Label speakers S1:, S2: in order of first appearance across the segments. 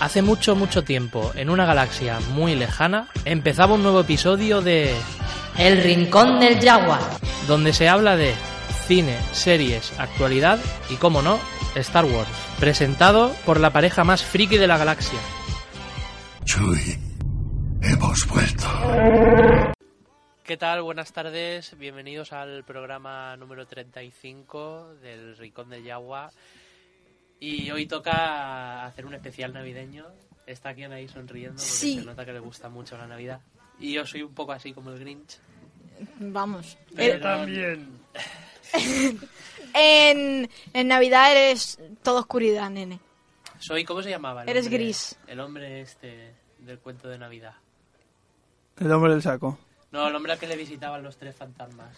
S1: Hace mucho, mucho tiempo, en una galaxia muy lejana, empezaba un nuevo episodio de...
S2: El Rincón del Jaguar.
S1: donde se habla de cine, series, actualidad y, como no, Star Wars, presentado por la pareja más friki de la galaxia.
S3: Chuy, hemos vuelto.
S1: ¿Qué tal? Buenas tardes, bienvenidos al programa número 35 del Rincón del Yagua. Y hoy toca hacer un especial navideño. Está aquí ahí sonriendo porque
S4: Sí.
S1: se nota que le gusta mucho la Navidad. Y yo soy un poco así como el Grinch.
S4: Vamos.
S1: Pero también.
S4: En, en Navidad eres toda oscuridad, nene.
S1: Soy, ¿cómo se llamaba? el
S4: Eres
S1: hombre-
S4: gris.
S1: El hombre este del cuento de Navidad.
S5: El hombre del saco.
S1: No, el hombre al que le visitaban los tres fantasmas.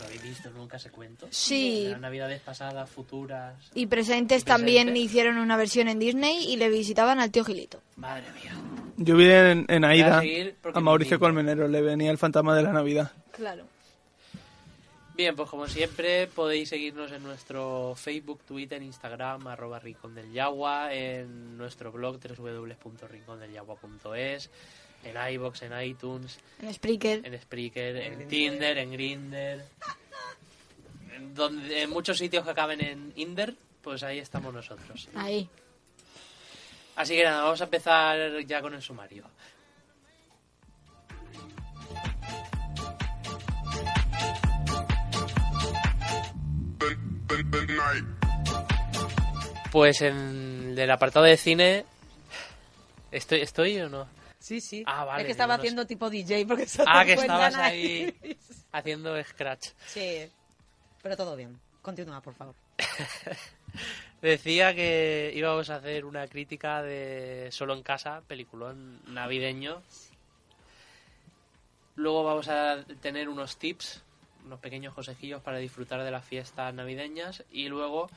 S1: ¿Lo habéis visto nunca ese cuento?
S4: Sí.
S1: Las navidades pasadas, futuras.
S4: Y presentes
S1: ¿Y presentes?
S4: también hicieron una versión en Disney y le visitaban al tío Gilito.
S1: Madre mía.
S5: Yo vi en, en
S1: Voy a
S5: Aida
S1: seguir porque
S5: a Mauricio
S1: me indigno.
S5: Colmenero, le venía el fantasma de la Navidad.
S4: Claro.
S1: Bien, pues como siempre podéis seguirnos en nuestro Facebook, Twitter, Instagram, arroba Rincón del Yagua, en nuestro blog www.rincondeljagua.es, en iBox, en iTunes,
S4: En Spreaker.
S1: en Spreaker, en, Tinder, en Grinder, en, donde, en muchos sitios que acaben en Inder, pues ahí estamos nosotros.
S4: Ahí.
S1: Así que nada, vamos a empezar ya con el sumario. Pues en el apartado de cine... ¿Estoy, ¿Estoy o no?
S6: Sí, sí.
S1: Ah, vale,
S6: es que estaba
S1: digo, no sé.
S6: haciendo tipo DJ porque se
S1: Ah,
S6: te
S1: que
S6: encuentran
S1: estabas ahí haciendo scratch.
S6: Sí. Pero todo bien. Continúa, por favor.
S1: Decía que íbamos a hacer una crítica de Solo en Casa, peliculón navideño. Luego vamos a tener unos tips, unos pequeños consejillos para disfrutar de las fiestas navideñas y luego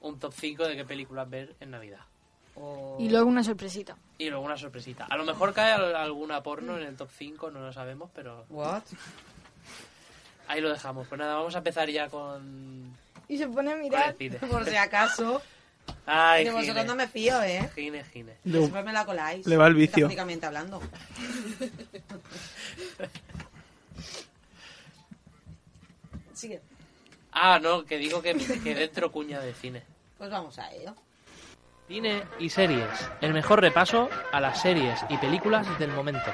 S1: un top 5 de qué películas ver en Navidad.
S6: O-
S4: Y luego una sorpresita.
S1: Y luego una sorpresita. A lo mejor cae al- alguna porno en el top 5, no lo sabemos, pero
S6: What?
S1: ahí lo dejamos. Pues nada, vamos a empezar ya con,
S4: Y se pone a
S1: con el cine.
S6: Por si acaso.
S1: Ay,
S6: de vosotros
S1: Gine.
S6: no me fío, ¿eh?
S1: Gine, Gine.
S5: Le-
S6: Después me la coláis.
S5: le va el vicio.
S6: Técnicamente hablando. Sigue.
S1: Ah, no, que digo que, que dentro cuña de cine.
S6: Pues vamos a ello.
S1: Cine y series. El mejor repaso a las series y películas del momento.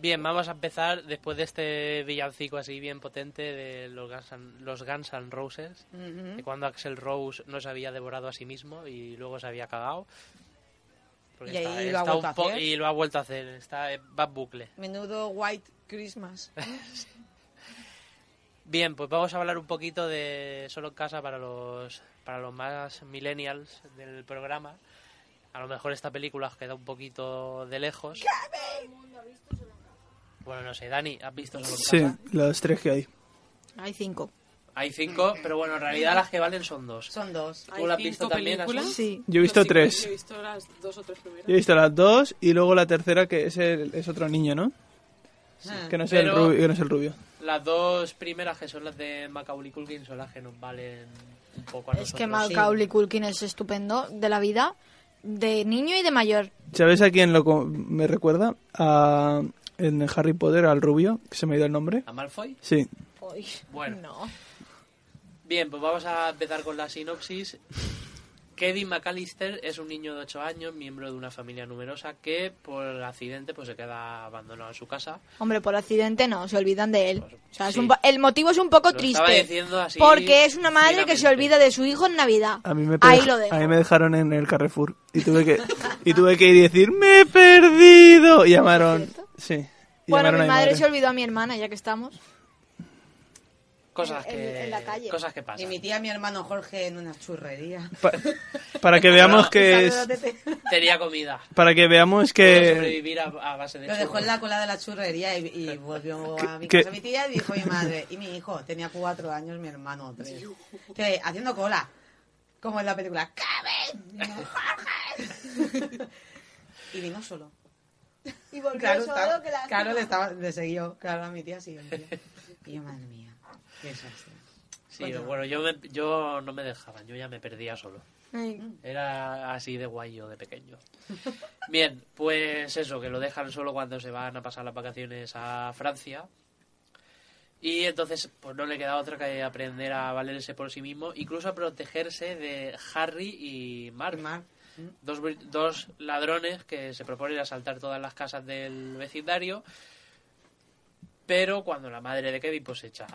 S1: Bien, vamos a empezar después de este villancico así bien potente de los Guns N', los Guns N' Roses,
S6: Ujú.
S1: de cuando Axel Rose no se había devorado a sí mismo y luego se había cagado. Porque
S6: Y ahí lo ha
S1: un
S6: vuelto a
S1: po-
S6: hacer.
S1: y lo ha vuelto a hacer, está eh, va en bucle.
S6: Menudo White Christmas.
S1: Bien, pues vamos a hablar un poquito de Solo en Casa para los, para los más millennials del programa. A lo mejor esta película os queda un poquito de lejos. Bueno, no sé, Dani, ¿has visto Solo en
S5: Sí,
S1: Casa?
S5: las tres que hay.
S4: Hay cinco.
S1: Hay cinco, pero bueno, en realidad las que valen son dos.
S6: Son dos.
S1: ¿Tú la has visto también? Asun?
S4: Sí.
S5: Yo he visto
S7: Los cinco,
S5: tres.
S7: Yo he visto las dos o tres primeras.
S5: Yo he visto las dos y luego la tercera que es, el- es otro niño, ¿no?
S6: Ah.
S5: Que no, es
S1: Pero-
S5: el rubio, que no es el rubio.
S1: Las dos primeras, que son las de Macaulay Culkin, son las que nos valen un poco a
S4: Es
S1: nosotros.
S4: que Macaulay Culkin es estupendo de la vida, de niño y de mayor.
S5: ¿Sabes a quién lo co- me recuerda? A, en Harry Potter, al rubio, que se me ha ido el nombre.
S1: ¿A Malfoy?
S5: Sí.
S1: Bueno.
S4: no.
S1: Bien, pues vamos a empezar con la sinopsis. Kevin McAllister es un niño de 8 años, miembro de una familia numerosa que por accidente pues se queda abandonado en su casa.
S4: Hombre, por accidente no, se olvidan de él. O sea,
S1: Pues,
S4: es
S1: Sí.
S4: un po- el motivo es un poco
S1: Lo
S4: triste.
S1: estaba diciendo así
S4: porque es una madre que se
S1: finamente.
S4: olvida de su hijo en Navidad.
S5: A mí, me
S4: Ahí
S5: pe-
S4: lo dejo.
S5: a mí me dejaron en el Carrefour y tuve que y tuve que ir y decir me he perdido. Y llamaron, sí. y
S4: Bueno,
S5: llamaron a
S4: mi madre se olvidó a mi hermana, ya que estamos.
S1: Cosas
S4: En- en-
S1: que,
S4: en la calle.
S1: Cosas que
S6: Y
S1: pasan.
S6: mi tía, mi hermano Jorge en una churrería.
S5: Pa- para que veamos que
S1: Pues
S5: es,
S1: Tenía comida.
S5: para que veamos
S1: Pudo
S5: que
S1: sobrevivir a, a base de
S6: Lo dejó en
S1: churros.
S6: la cola de la churrería y, y volvió a mi
S5: ¿Qué-
S6: casa
S5: qué?
S6: mi tía y dijo mi madre. Y mi hijo, tenía cuatro años, mi hermano tres. Que, haciendo cola. Como en la película. ¡Kevin! Y yo, "Jorge". Y vino solo.
S4: Y volvió
S6: Claro, estaba- claro le, estaba, le siguió. Claro, a mi tía sí. Y yo, madre mía. Qué desastre.
S1: Sí, bueno, yo, me- yo no me dejaban, yo ya me perdía solo. Era así de guay yo de pequeño. Bien, pues eso, que lo dejan solo cuando se van a pasar las vacaciones a Francia. Y entonces, pues no le queda otra que aprender a valerse por sí mismo, incluso a protegerse de Harry y Mark.
S6: Mar.
S1: Dos, bri- dos ladrones que se proponen asaltar todas las casas del vecindario. Pero cuando la madre de Kevin pues echa,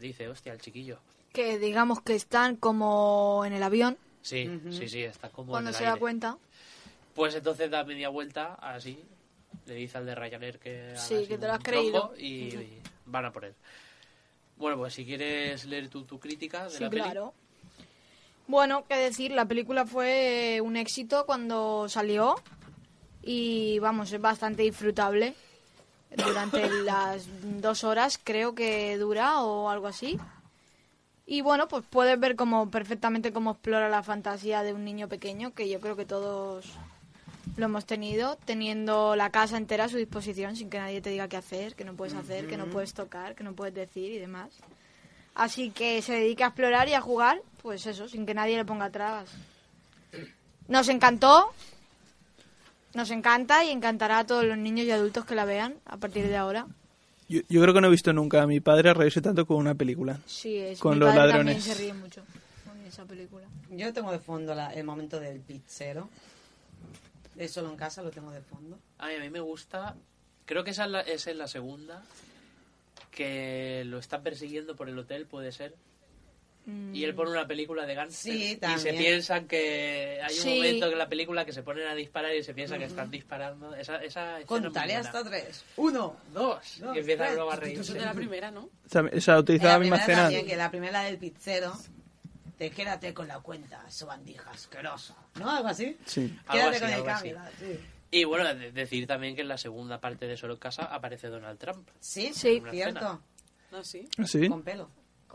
S1: dice, hostia, el chiquillo.
S4: Que digamos que están como en el avión,
S1: Sí, sí, sí, está como en
S4: cuando
S1: el
S4: se da
S1: aire.
S4: cuenta.
S1: Pues entonces da media vuelta, así, le dice al de Ryanair que... haga
S4: Sí,
S1: así
S4: que te lo has
S1: un tronco
S4: creído.
S1: Y, y van a por él. Bueno, pues si quieres leer tu, tu crítica de
S4: Sí,
S1: la peli.
S4: claro. Bueno, qué decir, la película fue un éxito cuando salió y vamos, es bastante disfrutable. Durante las dos horas creo que dura o algo así. Y bueno, pues puedes ver como perfectamente cómo explora la fantasía de un niño pequeño, que yo creo que todos lo hemos tenido, teniendo la casa entera a su disposición sin que nadie te diga qué hacer, que no puedes hacer, que no puedes tocar, que no puedes decir y demás. Así que se dedica a explorar y a jugar, pues eso, sin que nadie le ponga trabas. Nos encantó, nos encanta y encantará a todos los niños y adultos que la vean a partir de ahora.
S5: yo, yo creo que no he visto nunca a mi padre reírse tanto con una película.
S4: Sí, es
S5: Con
S4: mi
S5: los
S4: padre
S5: ladrones.
S4: También se ríe mucho con esa película.
S6: Yo tengo de fondo la- el momento del pizzero. De solo en casa lo tengo de fondo.
S1: Ay, a mí me gusta, creo que esa es la, esa es la segunda, que lo están persiguiendo por el hotel, puede ser. Y él
S4: Mm.
S1: pone una película de gánster
S6: Sí,
S1: y se
S6: también.
S1: piensan que hay un
S4: Sí.
S1: momento en la película que se ponen a disparar y se piensa que están disparando. Esa, esa escena es muy
S6: Contale
S1: buena.
S6: hasta tres. Uno.
S1: dos
S6: Dos,
S1: y empiezan
S6: tres.
S1: luego a
S7: Eso
S1: reírse.
S7: de la primera, ¿no?
S5: O sea, o sea,
S6: En
S5: utilizaba
S6: la
S5: la misma
S6: primera
S5: escena.
S6: también, que la primera del pizzero. Te quédate con la cuenta, su bandija asquerosa. ¿No? Algo así.
S5: Sí.
S1: Algo
S6: Quédate
S1: así,
S6: con el
S1: algo así.
S6: cambio. Sí.
S1: Y bueno, de- decir también que en la segunda parte de Solo en Casa aparece Donald Trump.
S6: Sí,
S4: Sí.
S6: cierto.
S7: No, sí.
S5: Ah, ¿Sí?
S6: Con pelo.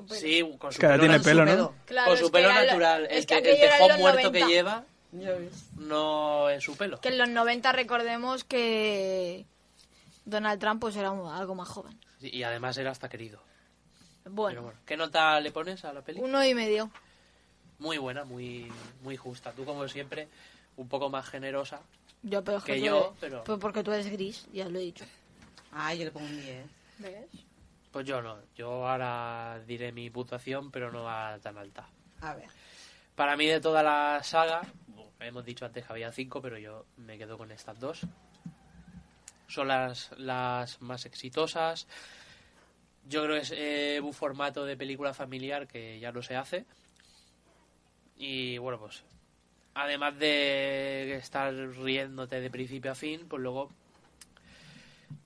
S1: Sí, con su
S5: Que ahora
S1: pelo,
S5: tiene
S1: natu-
S5: pelo,
S6: Con su
S5: ¿no?
S1: con su pelo natural. El, te- el tejón muerto que lleva
S6: Ya ves.
S1: no es su pelo.
S4: Que en los 90 recordemos que Donald Trump pues era un- algo más joven.
S1: Sí, Y además era hasta querido. Pero
S4: Bueno,
S1: bueno, ¿qué nota le pones a la peli?
S4: uno y medio.
S1: Muy buena, muy, muy justa. Tú, como siempre, un poco más generosa.
S4: Yo pero es
S1: Que
S4: tú
S1: yo,
S4: eres-
S1: pero-
S4: pues porque tú eres gris, ya lo he dicho.
S6: Ay, yo le pongo un 10.
S1: Pues yo no. Yo ahora diré mi puntuación, pero no va tan alta.
S6: A ver.
S1: Para mí de toda la saga, bueno, hemos dicho antes que había cinco, pero yo me quedo con estas dos. Son las, las más exitosas. Yo creo que es eh, un formato de película familiar que ya no se hace. Y bueno, pues además de estar riéndote de principio a fin, pues luego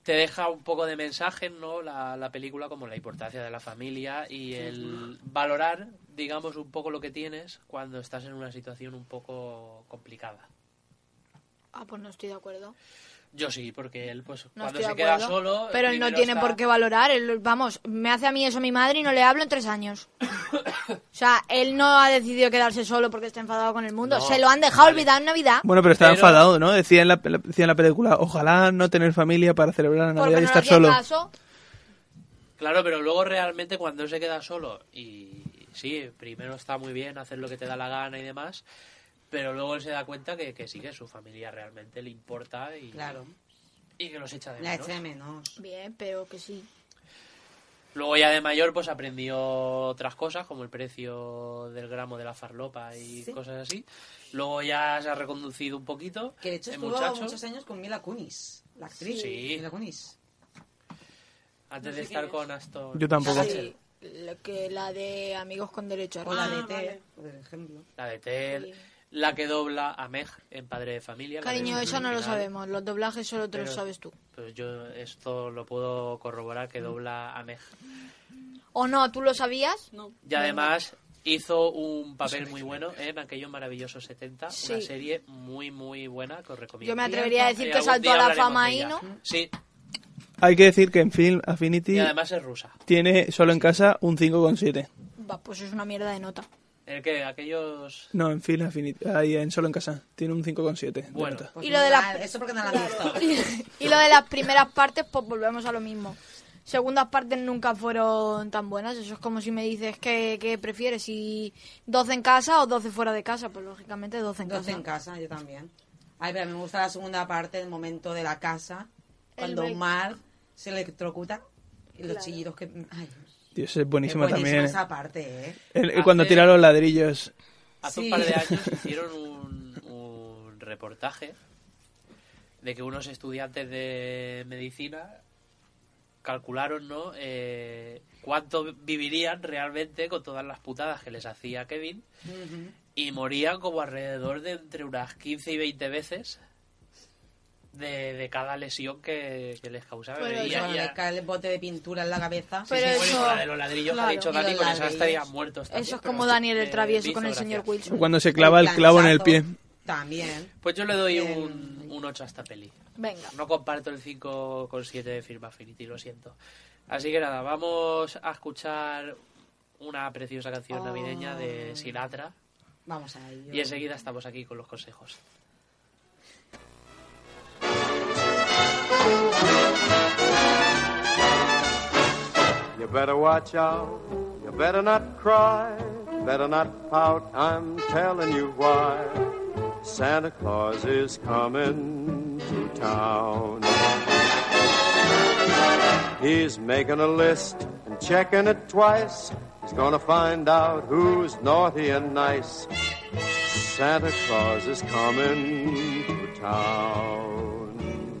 S1: te deja un poco de mensaje, ¿no? La, la película como la importancia de la familia y el valorar, digamos, un poco lo que tienes cuando estás en una situación un poco complicada.
S4: Ah, pues no estoy de acuerdo.
S1: Yo sí, porque él, pues,
S4: No
S1: cuando
S4: estoy
S1: se
S4: de
S1: queda
S4: acuerdo,
S1: solo...
S4: Pero él no
S1: primero
S4: tiene
S1: está-
S4: por qué valorar. él- vamos, me hace a mí eso mi madre y no le hablo en tres años. o sea, él no ha decidido quedarse solo porque está enfadado con el mundo.
S1: No,
S4: Se lo han dejado
S1: vale.
S4: olvidar en Navidad.
S5: Bueno, pero estaba
S1: Pero-
S5: enfadado, ¿no? Decía en, la, la- decía en la película, ojalá no tener familia para celebrar la
S4: porque no
S5: Navidad y
S4: le
S5: estar
S4: hacía
S5: solo.
S4: caso.
S1: Claro, pero luego realmente cuando él se queda solo y... Sí, primero está muy bien hacer lo que te da la gana y demás, pero luego él se da cuenta que, que sí que su familia realmente le importa y,
S6: Claro.
S1: y que los echa de
S6: La
S1: menos.
S6: eché de menos.
S4: Bien, pero que sí.
S1: Luego ya de mayor pues aprendió otras cosas como el precio del gramo de la farlopa y
S6: Sí.
S1: cosas así. Luego ya se ha reconducido un poquito.
S6: Que de hecho
S1: el
S6: estuvo
S1: muchacho,
S6: muchos años con Mila Kunis, la actriz.
S1: Sí.
S6: Mila Kunis.
S1: antes
S7: No
S1: de
S7: sé
S1: estar
S7: quién es.
S1: con Aston.
S5: Yo tampoco.
S4: Sí, la que la de amigos con derecho a
S6: O la
S4: Hermano.
S6: de
S7: Ah,
S6: Ted,
S7: vale.
S6: por ejemplo.
S1: La de Ted,
S4: Sí.
S1: la que dobla a Meg en Padre de Familia. la
S4: Cariño,
S1: del
S4: eso no lo
S1: original.
S4: sabemos. Los doblajes solo te lo
S1: Pero-
S4: sabes tú.
S1: Pues yo esto lo puedo corroborar
S4: Mm.
S1: que dobla a Meg.
S4: ¿O no? ¿Tú lo sabías?
S7: No.
S1: Y además hizo un papel muy bueno en aquellos maravillosos 70, una
S4: Sí.
S1: serie muy muy buena que os recomiendo.
S4: Yo me atrevería a decir
S1: Y
S4: que
S1: algún
S4: saltó
S1: día
S4: a la
S1: hablaremos
S4: fama
S1: de
S4: ahí,
S1: ella.
S4: ¿no?
S1: Sí,
S5: Hay que decir que en Film Affinity
S1: y además es rusa.
S5: tiene solo en casa un 5,7.
S4: Va, pues es una mierda de nota.
S1: El que aquellos
S5: No, en Film Affinity. Ahí en solo en casa. Tiene un 5,7. de
S1: Bueno.
S5: nota.
S6: Pues
S4: Y lo de la-
S6: mal, Eso porque no la han visto.
S4: y lo de las primeras partes, pues volvemos a lo mismo. Segundas partes nunca fueron tan buenas. Eso es como si me dices que, que prefieres, si 12 en casa o 12 fuera de casa. Pues lógicamente 12 en
S6: 12
S4: casa.
S6: en casa, yo también. Ay, pero a mí me gusta la segunda parte, el momento de la casa, cuando
S4: break.
S6: Mar se electrocuta y los chillidos que... Ay,
S5: Dios, es
S6: es
S5: buenísima
S6: buenísima
S5: también.
S6: esa parte, ¿eh?
S5: El- el- cuando
S1: Hace-
S5: tira los ladrillos.
S1: hace
S6: Sí.
S1: un par de años hicieron un, un reportaje de que unos estudiantes de medicina calcularon, ¿no? Eh, cuánto vivirían realmente con todas las putadas que les hacía Kevin
S6: Ujú.
S1: y morían como alrededor de entre unas 15 y 20 veces de, de cada lesión que, que les causaba.
S4: Pero
S1: Y
S6: Y
S1: ya-
S6: cuando
S1: ya-
S6: le cae el bote de pintura en la cabeza.
S4: Pero
S1: Sí, bueno,
S4: eso-
S1: y con la de los ladrillos
S4: claro.
S1: que ha dicho
S6: Y los
S1: Dani, con esa
S6: ladrillos.
S1: estarían muertos. también,
S4: Eso
S1: pero
S4: es
S1: eh,
S4: como
S1: hostia,
S4: Daniel el
S1: me-
S4: travieso
S1: me
S4: con
S1: hizo
S4: el señor
S1: gracia.
S5: O
S4: Wilson.
S5: Cuando se clava el clavo en el pie.
S6: planchazo, También.
S1: Pues yo le doy
S6: El-
S1: un, un 8 a esta peli.
S4: Venga.
S1: No comparto el 5 con 7 de Firma Affinity, lo siento. Así que nada, vamos a escuchar una preciosa canción navideña
S4: Ah.
S1: de Sinatra
S6: Vamos a ello.
S1: y enseguida estamos aquí con los consejos.
S8: You better watch out. You better not cry. Better not pout. I'm telling you why. Santa Claus is coming to town. He's making a list and checking it twice. He's gonna find out who's naughty and nice. Santa Claus is coming to town.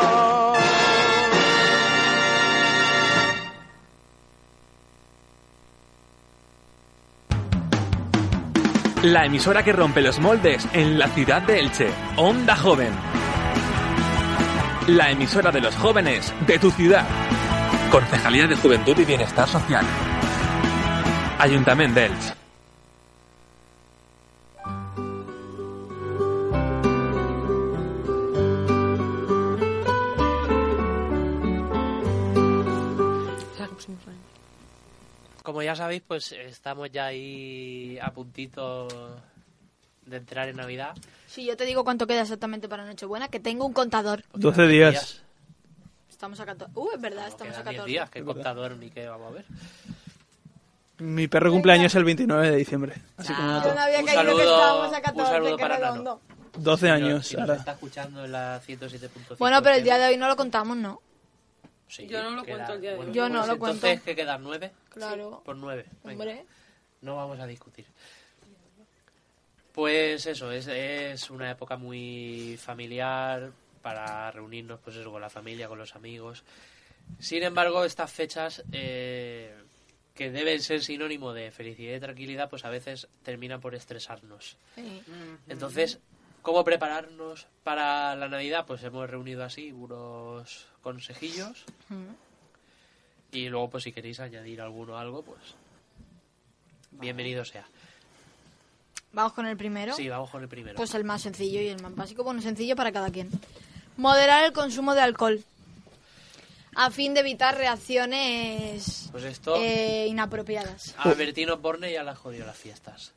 S8: town.
S9: La emisora que rompe los moldes en la ciudad de Elche, Onda Joven. La emisora de los jóvenes de tu ciudad. Concejalía de Juventud y Bienestar Social. Ayuntamiento de Elche.
S1: ya sabéis, pues estamos ya ahí a puntito de entrar en Navidad.
S4: Si yo te digo cuánto queda exactamente para Nochebuena, que tengo un contador.
S5: 12 días.
S4: Estamos a 14. Uh, es verdad,
S1: Estamos
S4: estamos a
S1: 10
S4: 14.
S1: días, que contador ni que vamos a ver.
S5: Mi perro cumpleaños es el 29 de diciembre. Así como
S1: Ah,
S5: dato.
S4: Yo no había
S1: Un
S4: caído que
S1: saludo-
S4: estábamos a
S1: un
S4: 14,
S1: saludo
S4: qué
S1: para
S4: redondo.
S5: 12
S1: Señor,
S5: años,
S1: si nos
S5: ahora.
S1: está escuchando en la 107.5.
S4: Bueno, pero el día de hoy no lo contamos, ¿no?
S1: Sí,
S7: Yo no lo
S1: queda-
S7: cuento el día de
S1: bueno,
S7: hoy.
S4: Yo no
S1: pues
S4: lo
S1: Entonces,
S4: cuento.
S1: que quedan 9
S4: Claro.
S1: por 9.
S4: Hombre.
S1: No vamos a discutir. Pues eso, es, es una época muy familiar para reunirnos pues eso, con la familia, con los amigos. Sin embargo, estas fechas eh, que deben ser sinónimo de felicidad y tranquilidad, pues a veces terminan por estresarnos.
S4: Sí.
S1: Entonces, ¿cómo prepararnos para la Navidad? Pues hemos reunido así unos consejillos.
S4: Mm.
S1: Y luego, pues si queréis añadir alguno o algo, pues bienvenido sea.
S4: Vamos con el primero.
S1: Sí, vamos con el primero.
S4: Pues el más sencillo y el más básico. Bueno, sencillo para cada quien. Moderar el consumo de alcohol. A fin de evitar reacciones
S1: Pues esto,
S4: eh, inapropiadas.
S1: a Albertino Borne ya la jodió las fiestas.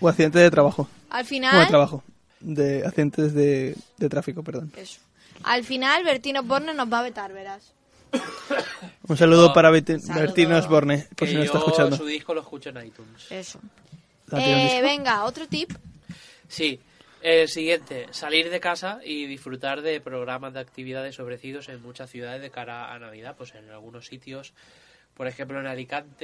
S5: O accidente de trabajo.
S4: Al
S5: Bueno, de
S4: final,
S5: trabajo. De accidentes de, de tráfico, perdón.
S4: eso. Al final, Bertino Borne nos va a vetar, verás.
S5: Un saludo
S1: Oh,
S5: para Beti- Bertino Osborne, por
S1: que
S5: si no
S1: yo
S5: Pues está escuchando.
S1: su disco lo escucho en iTunes.
S4: Eso.
S5: La tía
S4: Eh,
S5: Luis.
S4: venga, otro tip.
S1: Sí. El siguiente, salir de casa y disfrutar de programas de actividades ofrecidos en muchas ciudades de cara a Navidad, pues en algunos sitios, por ejemplo en Alicante,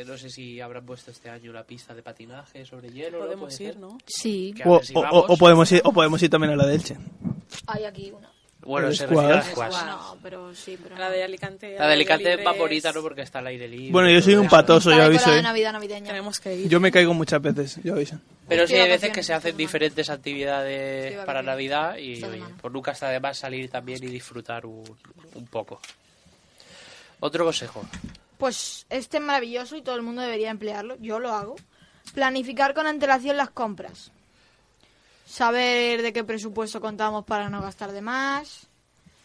S1: eh, no sé si habrán puesto este año la pista de patinaje sobre hielo. ¿no?
S7: Podemos
S1: Puede
S7: ir,
S1: ser.
S7: Pues ¿no?
S4: Sí.
S1: Que a
S5: o,
S1: ver si
S5: o- o-
S1: vamos.
S5: o podemos ir, o podemos ir también a la del Che.
S4: Hay aquí una.
S1: Bueno,
S5: el
S1: se
S5: squash.
S1: refiere al squash.
S4: No, pero sí, pero
S7: La de Alicante.
S1: La de Alicante es
S7: libre
S1: más bonita,
S7: es-
S1: ¿no? Porque está al aire libre.
S5: Bueno,
S1: y
S5: yo
S1: todo
S5: soy un
S1: eso.
S5: patoso, yo
S4: Está
S5: aviso.
S4: decorada de
S5: ¿eh?
S4: Navidad navideña.
S7: Tenemos que ir.
S5: Yo me caigo muchas veces, yo aviso.
S1: Pero sí
S4: Estoy de
S1: hay veces que
S4: vacaciones,
S1: se hacen
S4: estoy de
S1: diferentes
S4: Estoy
S1: actividades
S4: de
S1: para
S4: vacaciones.
S1: Navidad y
S4: Estoy de
S1: oye,
S4: mano.
S1: pues nunca está de más salir también y disfrutar un, un poco. Otro consejo.
S4: Pues este es maravilloso y todo el mundo debería emplearlo. Yo lo hago. Planificar con antelación las compras. Saber de qué presupuesto contamos para no gastar de más.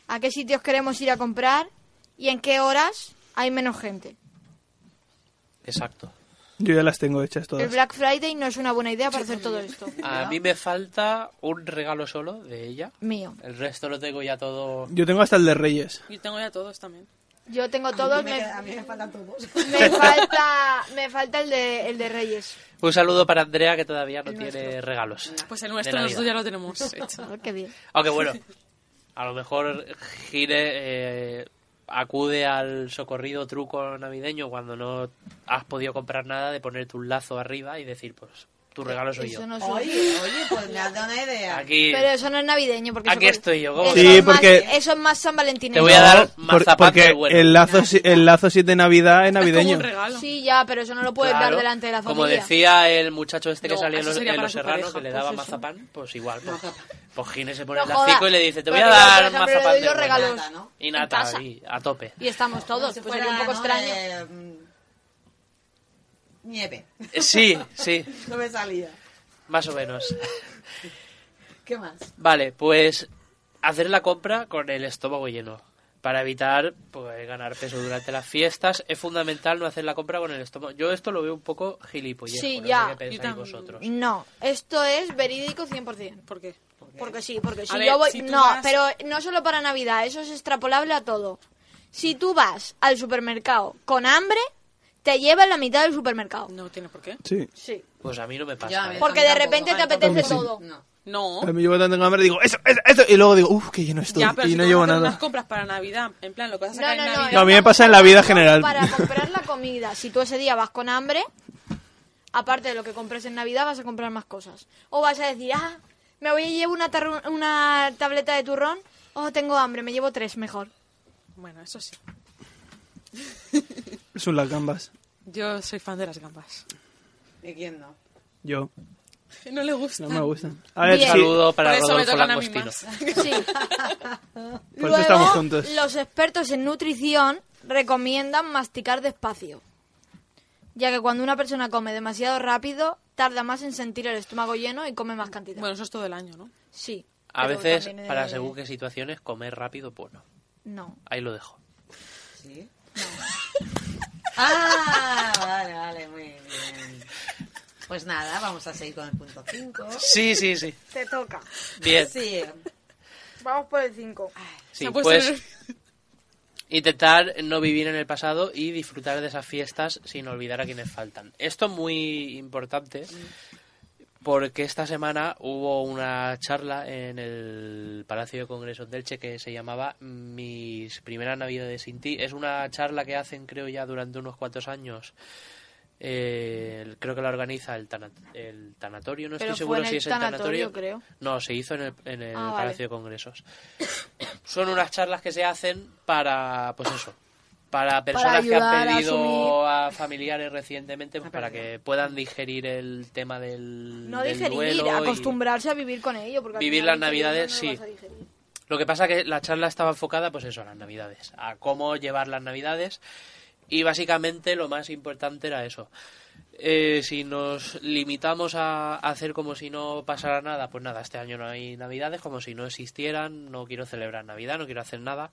S4: A qué sitios queremos ir a comprar. Y en qué horas hay menos gente.
S1: Exacto.
S5: Yo ya las tengo hechas
S4: El
S5: todas.
S4: Black Friday no es una buena idea para hacer todo esto.
S1: A mí me falta un regalo solo de ella.
S4: Mío.
S1: El resto lo tengo ya todo.
S5: Yo tengo hasta el de Reyes.
S7: Yo tengo ya todos también.
S4: Yo tengo todos.
S6: Me
S4: Me,
S6: queda- a mí me faltan todos.
S4: me falta, me falta el, de, el de Reyes.
S1: Un saludo para Andrea que todavía no tiene regalos.
S7: Pues el
S1: de
S7: nuestro, nosotros
S1: Navidad.
S7: ya lo tenemos hecho.
S4: Ah, qué bien.
S1: Aunque bueno, a lo mejor Gire eh, acude al socorrido truco navideño cuando no has podido comprar nada de ponerte un lazo arriba y decir, pues tu regalo soy
S4: Eso
S1: yo.
S4: no es un-
S6: Oye, oye, pues me has dado una idea.
S1: Aquí
S4: Pero eso no es navideño. Porque
S1: Aquí
S4: eso-
S1: estoy yo, ¿cómo
S4: eso
S5: no? Sí,
S4: es más-
S5: porque-
S4: eso es más San Valentín.
S1: Te voy a dar
S5: No,
S1: mazapán
S5: porque
S1: del bueno.
S5: el lazo, si- el lazo sí es de Navidad es
S7: Es como
S5: navideño.
S7: un regalo.
S4: Sí, ya, pero eso no lo puedes
S1: claro,
S4: dar delante de la familia.
S1: Como decía el muchacho este que
S7: No,
S1: salía en
S7: eso
S1: los,
S7: sería
S1: en
S7: para
S1: Los
S7: su
S1: Serranos,
S7: pareja,
S1: que le
S7: pues
S1: daba
S7: eso.
S1: mazapán, pues igual. Pues, pues Gines se pone
S4: No
S1: el lacico
S4: jodas.
S1: y le dice, te voy a
S4: Pero yo, por
S1: dar
S4: ejemplo, le
S1: mazapán
S4: doy
S1: del
S4: los
S1: bueno".
S4: regalos
S6: Nata, ¿no?
S1: Y
S4: en
S1: nata,
S4: casa.
S1: ahí, a tope.
S4: Y estamos todos,
S6: Si
S4: pues
S6: fuera,
S4: sería un
S6: ¿no?
S4: poco extraño.
S6: de, mm, nieve.
S1: Sí, sí,
S6: No me salía.
S1: más o menos.
S6: ¿Qué más?
S1: Vale, pues hacer la compra con el estómago lleno. Para evitar pues, ganar peso durante las fiestas es fundamental no hacer la compra con el estómago. Yo esto lo veo un poco gilipollas.
S4: Sí,
S1: no
S4: ya.
S1: sé qué
S7: Yo
S1: pensáis
S7: tam-
S1: vosotros.
S4: No, esto es verídico 100%.
S7: ¿Por qué?
S4: Porque sí, porque si
S7: ver,
S4: yo voy...
S7: si tú
S4: no,
S7: vas-
S4: pero no solo para Navidad, eso es extrapolable a todo. Si tú vas al supermercado con hambre, te llevas la mitad del supermercado.
S7: No tiene por qué.
S5: Sí.
S4: Sí.
S1: Pues a mí no me pasa.
S6: Ya, a
S1: ¿eh?
S6: mí
S4: Porque de
S6: tampoco,
S4: repente
S6: a mí
S4: te
S6: tampoco.
S4: apetece todo.
S6: No.
S7: No.
S5: A mí yo cuando tengo hambre digo, eso, eso, eso. Y luego digo, uff, que lleno estoy.
S7: Ya, pero
S5: y
S7: si
S5: no
S7: tú
S5: llevo
S7: vas a hacer unas
S5: nada.
S7: compras para Navidad, en plan, lo que vas a
S4: No,
S7: sacar
S4: no,
S7: en
S4: no.
S7: Navidad.
S5: No, a mí me pasa en la vida general.
S4: Para comprar la comida, si tú ese día vas con hambre, aparte de lo que compres en Navidad, vas a comprar más cosas. O vas a decir, ah, me voy a llevar una, tarru- una tableta de turrón, o tengo hambre, me llevo tres mejor. eh.
S7: Bueno, eso sí.
S5: Son las gambas.
S7: Yo soy fan de las gambas.
S6: ¿De quién no?
S5: Yo.
S7: No le gusta.
S5: No me gustan. A ver,
S1: Un
S4: Bien.
S5: sí,
S1: saludo para
S7: por eso
S1: Rodolfo
S7: me tocan a mí
S1: Langostino.
S7: más.
S4: Sí.
S5: por
S4: Luego,
S5: eso Pues estamos juntos.
S4: Los expertos en nutrición recomiendan masticar despacio, ya que cuando una persona come demasiado rápido, tarda más en sentir el estómago lleno y come más cantidad.
S7: Bueno, eso es todo el año, ¿no?
S4: sí.
S1: A
S4: pero
S1: veces,
S4: también, eh,
S1: para según qué situaciones, comer rápido, bueno.
S4: No.
S1: Ahí lo dejo.
S6: Sí. Ah, vale, vale, muy bien. Pues nada, vamos a seguir con el punto 5.
S1: Sí, sí, sí.
S4: Te toca.
S1: Bien.
S6: Sí.
S4: Vamos por el 5.
S1: Sí,
S7: Se ha puesto
S1: pues
S7: nerv-
S1: intentar no vivir en el pasado y disfrutar de esas fiestas sin olvidar a quienes faltan. Esto es muy importante porque esta semana hubo una charla en el Palacio de Congresos del Che que se llamaba Mis primeras navidades sin ti. Es una charla que hacen creo ya durante unos cuantos años. Eh, el- creo que la organiza el, tana- el tanatorio, no
S4: Pero
S1: estoy
S4: fue
S1: seguro
S4: en
S1: si
S4: el
S1: es el
S4: tanatorio,
S1: tanatorio.
S4: creo.
S1: No, se hizo en el, en el
S4: Ah, vale.
S1: Palacio de Congresos son unas charlas que se hacen para, pues eso, para personas que han
S4: ayudar a
S1: perdido a, familiares recientemente, pues
S6: Ah,
S1: para
S6: perdón.
S1: que puedan digerir el tema del,
S4: No
S1: del
S4: digerir,
S1: duelo y-
S4: acostumbrarse a vivir con ello. Porque al
S1: Vivir
S4: final
S1: las
S4: digerir
S1: navidades,
S4: no lo
S1: sí.
S4: vas a digerir.
S1: Lo que pasa que la charla estaba enfocada, pues eso, a las navidades, a cómo llevar las navidades. Y básicamente lo más importante era eso. Eh, si nos limitamos a hacer como si no pasara nada, pues nada, este año no hay navidades, como si no existieran, no quiero celebrar Navidad, no quiero hacer nada.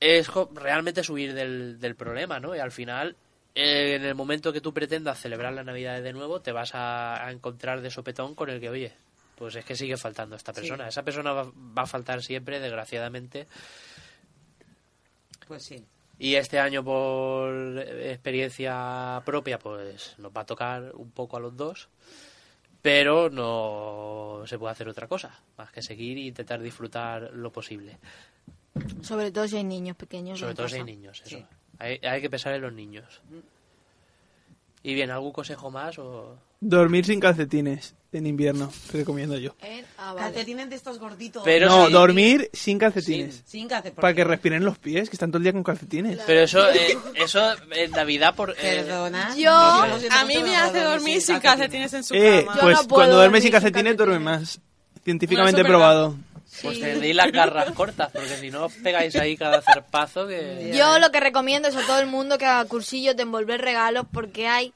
S1: Es jo- realmente subir del, del problema, ¿no? Y al final, eh, en el momento que tú pretendas celebrar las navidades de nuevo, te vas a, a encontrar de sopetón con el que, oye, pues es que sigue faltando esta persona. Esa persona va, va a faltar siempre, desgraciadamente.
S6: Pues sí.
S1: Y este año, por experiencia propia, pues nos va a tocar un poco a los dos. Pero no se puede hacer otra cosa, más que seguir e intentar disfrutar lo posible.
S4: Sobre todo si hay niños pequeños.
S1: Sobre
S4: en
S1: todo si
S4: casa.
S1: hay niños, eso.
S6: Sí.
S1: Hay, hay que pensar en los niños. Y bien, ¿algún consejo más? O...
S5: Dormir sin calcetines en invierno, te recomiendo yo.
S4: En- ah, vale.
S6: Calcetines de estos gorditos.
S1: Pero
S5: no,
S1: sí-
S5: dormir sin calcetines.
S6: Sin calcetines.
S5: Para que respiren los pies, que están todo el día con calcetines.
S1: Pero eso, eh, eso en Navidad por... eh,
S6: Perdona.
S4: Yo-
S1: Ah,
S6: No sé.
S7: A mí me hace dormir sin calcetines en su
S5: Eh,
S7: cama.
S4: Yo
S5: pues
S4: no puedo
S5: cuando
S4: dormir
S5: duermes sin
S4: sin
S5: calcetines, duerme
S4: calcetines.
S5: más. Científicamente
S7: Bueno, eso es
S5: probado.
S1: Pues
S4: Sí.
S1: tendréis las garras cortas, porque si no os pegáis ahí cada zarpazo que...
S4: Yo lo que recomiendo es a todo el mundo que haga cursillos de envolver regalos porque hay...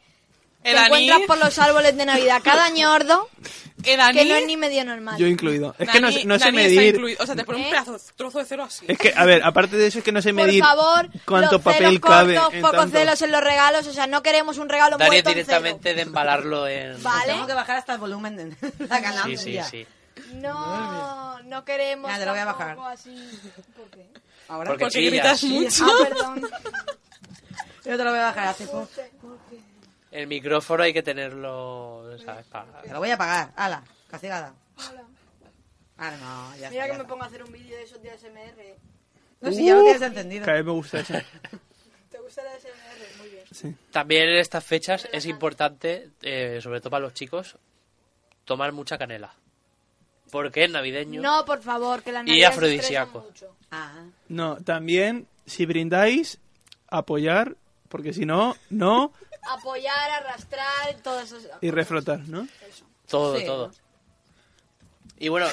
S7: El
S4: te
S7: anís,
S4: encuentras por los árboles de Navidad cada ñordo
S7: el
S4: que no es
S7: anís,
S4: ni medio normal.
S5: Yo incluido. Es
S7: el
S5: que no,
S7: anís-
S5: no
S7: el
S5: sé
S7: anís está
S5: medir.
S7: incluido. O sea, te pone un
S4: ¿Eh?
S7: pedazo, trozo de cero así.
S5: Es que, a ver, aparte de eso, es que no sé
S4: Por
S5: medir
S4: favor,
S5: cuánto
S4: los celos
S5: papel cabe.
S4: cortos,
S5: en
S4: pocos
S5: tanto.
S4: celos en los regalos, o sea, no queremos un regalo
S1: Daría
S4: muerto en
S1: directamente de embalarlo en...
S4: Va. ¿Vale?
S6: Tengo que bajar hasta el volumen de la
S1: Sí,
S6: ganancia.
S1: sí, sí.
S4: cero. No, no queremos
S6: Ya, te lo voy a
S4: tampoco
S6: bajar.
S4: así. ¿Por qué?
S6: Ahora
S1: Porque
S7: Porque gritas
S1: chillas.
S7: mucho.
S4: Ah, perdón.
S6: yo te lo voy a bajar hace poco.
S1: El micrófono hay que tenerlo, ¿sabes? Pa-
S6: Te lo voy a pagar. Ala, castigada. Ah, no, ya está,
S4: Mira que
S6: ya
S4: me
S6: está.
S4: pongo a hacer un vídeo de esos de ASMR.
S6: No, si ya
S7: Uh,
S6: lo tienes entendido.
S5: Cada vez me gusta eso.
S4: ¿Te gusta la ASMR? Muy bien.
S5: Sí.
S1: También en estas fechas es importante, eh, sobre todo para los chicos, tomar mucha canela. Porque es navideño.
S4: No, por favor, que la
S1: Y
S4: Navidad
S1: afrodisíaco.
S4: mucho.
S6: Ah,
S5: No, también, si brindáis, apoyar, porque si no, no,
S4: Apoyar, arrastrar, todo eso.
S5: y refrotar, ¿no?
S1: Todo,
S6: Sí.
S1: todo. Y bueno,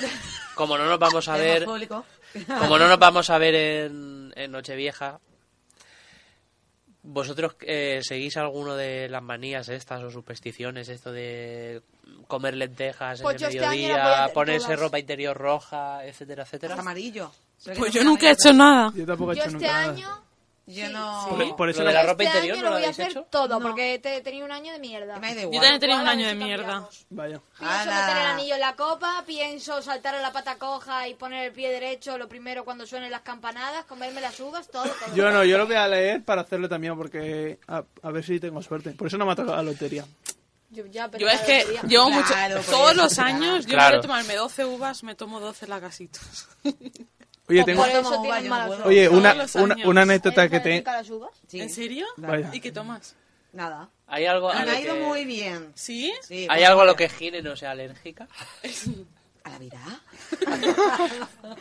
S1: como no nos vamos a
S6: tenemos
S1: ver,
S6: público.
S1: como no nos vamos a ver en, en Nochevieja, ¿vosotros eh, seguís alguno de las manías estas o supersticiones? Esto de comer lentejas
S4: Pues
S1: en
S4: yo
S1: el
S4: este año
S1: mediodía,
S4: las voy a hacer
S1: ponerse
S4: todas.
S1: ropa interior roja, etcétera, etcétera.
S6: Es amarillo. Pero
S7: Pues
S6: que
S7: yo
S6: no
S7: nunca he
S6: es amarillo.
S7: hecho nada.
S5: Yo tampoco he
S4: Yo
S5: hecho
S4: este
S5: nunca nada.
S4: año,
S6: Yo no.
S5: Por, por eso
S1: Lo de la
S5: no-
S1: ropa
S4: este
S1: interior
S4: año
S1: no lo
S4: lo voy a
S1: habéis
S4: hacer
S1: hecho.
S4: todo, porque te, he tenido un año de mierda.
S6: Me da
S7: Yo
S6: igual.
S7: también he tenido un
S4: Igual,
S7: año
S4: a
S7: de
S4: ver si
S7: mierda.
S4: cambiamos.
S5: Vaya.
S4: Pienso
S6: ¡Hala!
S4: meter el anillo en la copa, pienso saltar a la pata coja y poner el pie derecho lo primero cuando suenen las campanadas, comerme las uvas, todo. todo.
S5: Yo no, yo lo voy a leer para hacerlo también, porque a, a ver si tengo suerte. Por eso no me ha tocado la lotería.
S4: Yo, ya, pero
S7: Yo
S4: ya
S7: es
S4: lo
S7: que
S4: quería.
S7: llevo mucho.
S6: Claro, por
S7: Todos
S6: eso,
S7: los
S6: claro.
S7: años, yo
S1: Claro.
S7: quiero tomarme 12 uvas, me tomo 12 lagacitos.
S5: Oye, tengo,
S4: Pues Por eso
S6: Tomo
S4: tienen
S6: uva, yo
S4: mala
S6: no puedo.
S5: oye
S7: todos
S5: una,
S7: los
S5: una,
S7: años.
S5: una
S4: ¿Eres
S5: anécdota que te...
S4: alérgica a las uvas?
S6: Sí.
S7: ¿En serio?
S5: Vaya.
S7: ¿Y qué tomas?
S6: Nada.
S1: ¿Hay algo, a
S6: Me
S1: lo
S6: ha ido
S1: que-
S6: muy bien.
S7: ¿Sí?
S6: Mm. Sí,
S1: ¿Hay
S6: pues,
S1: algo a lo
S6: mira.
S1: que Gine no sea alérgica?
S6: ¿A la vida? a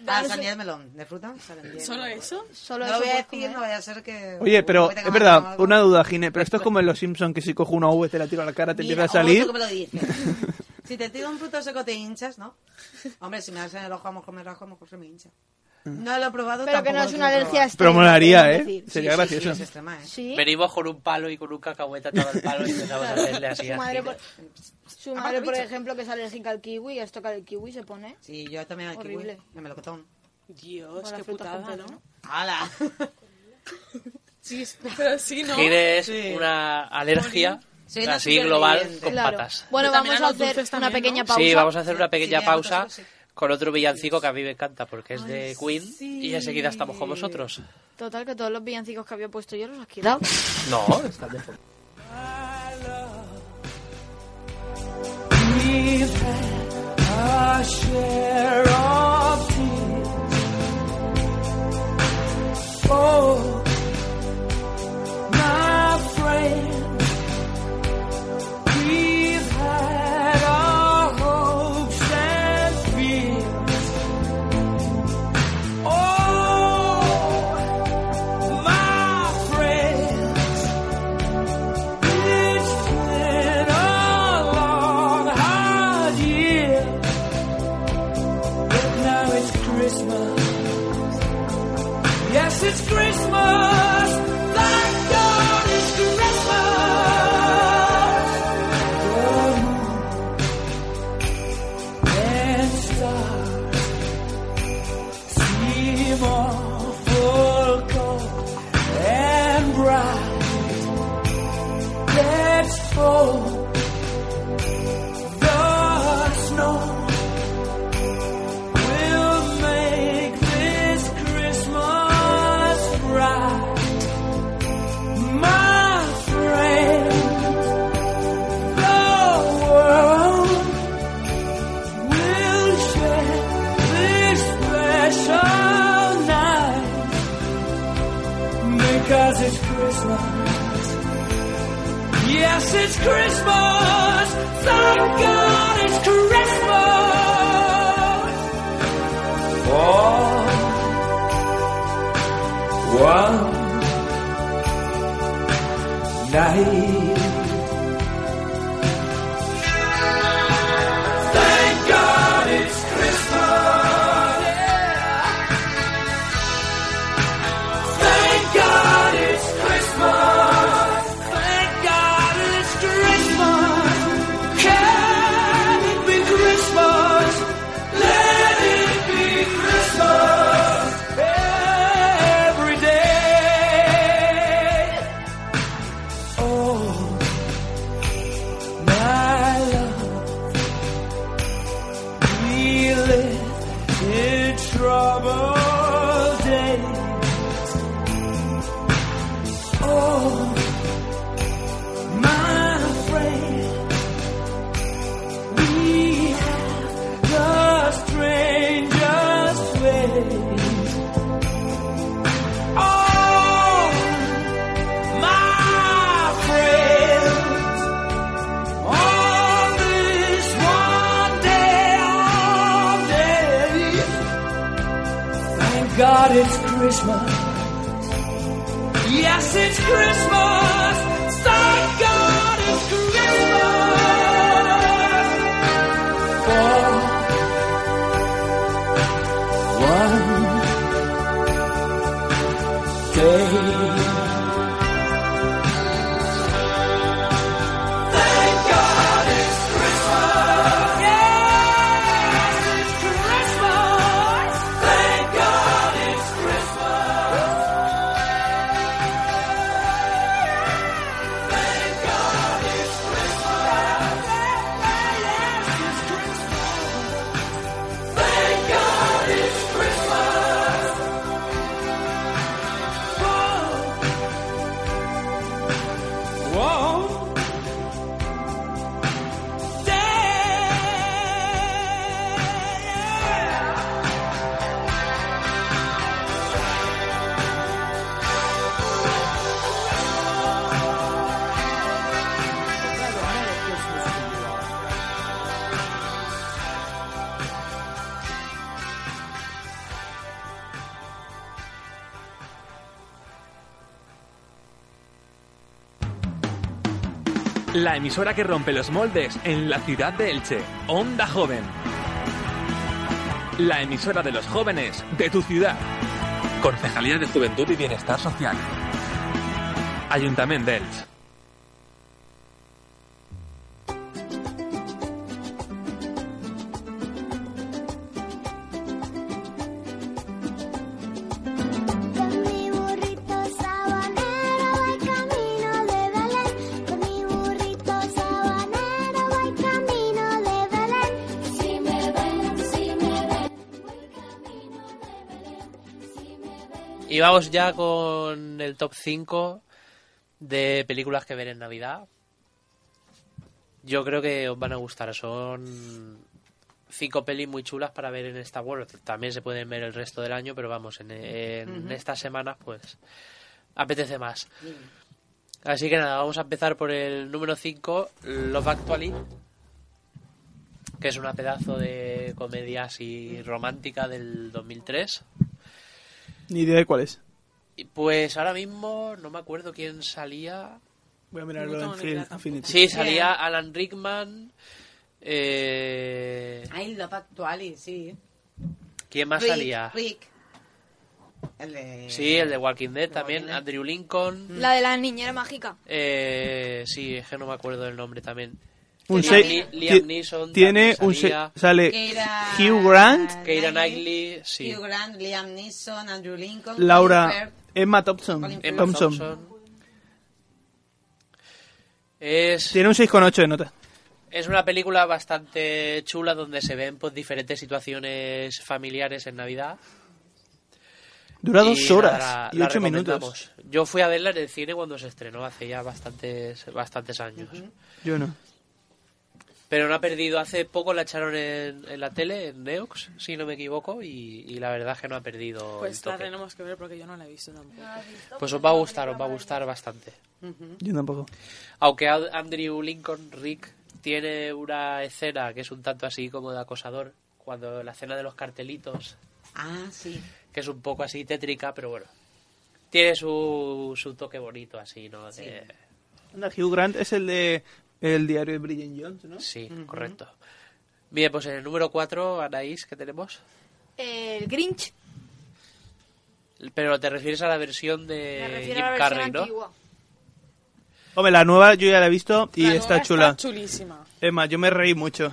S4: Dame
S6: la
S4: su-
S6: sandía Ah, de melón. ¿De fruta? Salen bien.
S7: ¿Solo eso?
S4: Solo
S6: no
S4: eso ¿eh? pues,
S6: voy a
S4: puedes
S6: decir, no
S4: comer.
S6: vaya a ser que...
S5: Oye, pero
S6: que tenga
S5: es verdad,
S6: algo.
S5: una duda, Gine, pero esto es como en Los Simpsons, que si cojo una V te la tiro a la cara, te
S6: Mira,
S5: empieza a
S6: otro
S5: salir.
S6: que me lo dice. si te tiro un fruto seco te hinchas, ¿no? Hombre, si me das en el ojo, a lo mejor me rajo, a lo mejor se me hincha. No lo he probado
S4: Pero
S6: tampoco
S4: que no
S6: lo
S4: es
S6: quiero
S4: una alergia
S6: probar.
S4: extrema.
S5: Pero molaría,
S4: queremos
S5: ¿eh?
S4: decir.
S5: Sería
S6: Sí, sí, sí,
S5: gracioso.
S6: es extrema, ¿eh?
S4: Sí.
S1: Venimos con un palo y con un cacahuete atado al palo y empezamos a hacerle así.
S4: Su
S1: a
S4: madre,
S1: Gine.
S4: por, su madre, por
S6: bicho.
S4: ejemplo, que es alérgica al kiwi, esto que el kiwi se pone.
S6: Sí, yo también al kiwi,
S4: Horrible.
S6: el melocotón.
S7: Dios,
S4: Con la
S7: qué
S4: fruta
S7: putada,
S4: completa,
S7: ¿no?
S6: ¡Hala!
S10: Pero sí, ¿no?
S1: Gire es
S6: Sí.
S1: una alergia
S6: Sí, no
S1: así
S6: superviviente.
S1: global con
S4: Claro.
S1: patas.
S4: Bueno,
S10: Pero
S4: vamos
S10: también
S4: a
S10: a los
S4: hacer
S10: dulces
S4: una
S10: también,
S4: pequeña
S10: ¿no?
S4: pausa.
S1: Sí, vamos a hacer una pequeña
S6: Sí,
S1: pausa
S6: sí.
S1: con otro villancico que a mí me encanta porque es de Queen y enseguida estamos con vosotros.
S4: Total, que todos los villancicos que había puesto yo los has quitado.
S1: No, están de fondo.
S7: Oh, Oh, Oh, La emisora que rompe los moldes en la ciudad de Elche, Onda Joven. La emisora de los jóvenes de tu ciudad. Concejalía de Juventud y Bienestar Social. Ayuntamiento de Elche.
S11: Con mi burrito sabanero
S1: Y vamos ya con el top 5 de películas que ver en Navidad. Yo creo que os van a gustar. Son cinco pelis muy chulas para ver en esta. Bueno, también se pueden ver el resto del año, pero vamos, en, en estas semanas, pues apetece más. Así que nada, vamos a empezar por el número 5, Love Actually, que es una pedazo de comedia así romántica del 2003.
S5: Ni idea de cuál es.
S1: Y Pues ahora mismo no me acuerdo quién salía.
S5: Voy a
S7: No
S5: mirarlo
S7: tengo
S5: en
S7: ni
S5: Film
S7: idea tampoco.
S5: Affinity.
S1: Sí, salía Alan Rickman. eh,
S6: Ay, Love Actually, sí.
S1: ¿Quién más
S6: Rick,
S1: salía?
S6: Rick. El de...
S1: Sí, el de Walking Dead también,
S6: Walking Dead.
S1: Andrew Lincoln.
S4: La de la niñera mágica.
S1: eh, sí, es que no me acuerdo el nombre también.
S5: Un
S1: Liam,
S5: sei-
S1: Ni- Liam
S5: ti-
S1: Neeson.
S5: Tiene
S1: también
S5: un
S1: salía,
S5: sei- sale
S6: Keira
S5: Hugh Grant,
S1: Keira Knightley, sí.
S6: Hugh Grant, Liam Neeson, Andrew Lincoln.
S5: Laura,
S6: Colin
S5: Emma Thompson.
S6: Colin
S1: Emma
S5: Thompson.
S1: Thompson. Es...
S5: Tiene un 6,8 de nota.
S1: Es una película bastante chula donde se ven pues, diferentes situaciones familiares en Navidad.
S5: Dura
S1: Y
S5: dos
S1: nada,
S5: horas
S1: la-
S5: y
S1: la
S5: ocho minutos.
S1: recomendamos. Yo fui a verla en el cine cuando se estrenó hace ya bastantes, bastantes años.
S5: Yo no.
S1: Pero no ha perdido. Hace poco la echaron en, en la tele, en Neox, si no me equivoco, y, y la verdad es que no ha perdido. el
S7: Pues la
S1: toque.
S7: tenemos que ver porque yo no la he visto tampoco.
S4: Ah,
S1: Pues os va a gustar, os va a gustar bastante.
S5: Yo tampoco.
S1: Aunque Ad- Andrew Lincoln Rick tiene una escena que es un tanto así como de acosador, cuando la escena de los cartelitos
S6: Firth. Ah, sí.
S1: que es un poco así tétrica, pero bueno. Tiene su, su toque bonito así, ¿no? De-
S5: Anda, Hugh Grant es el de El diario de Bridget Jones, ¿no?
S1: Sí, correcto. Bien, pues en el número 4, Anaís, ¿qué tenemos?
S4: El Grinch.
S1: Pero te refieres a la versión de
S4: Me refiero
S1: Eh, Jim
S4: a la versión
S1: Carrey, ¿no?
S4: antigua.
S5: Hombre, la nueva yo ya la he visto y
S7: La nueva
S5: está chula.
S7: Está chulísima.
S5: Es más, yo me reí mucho.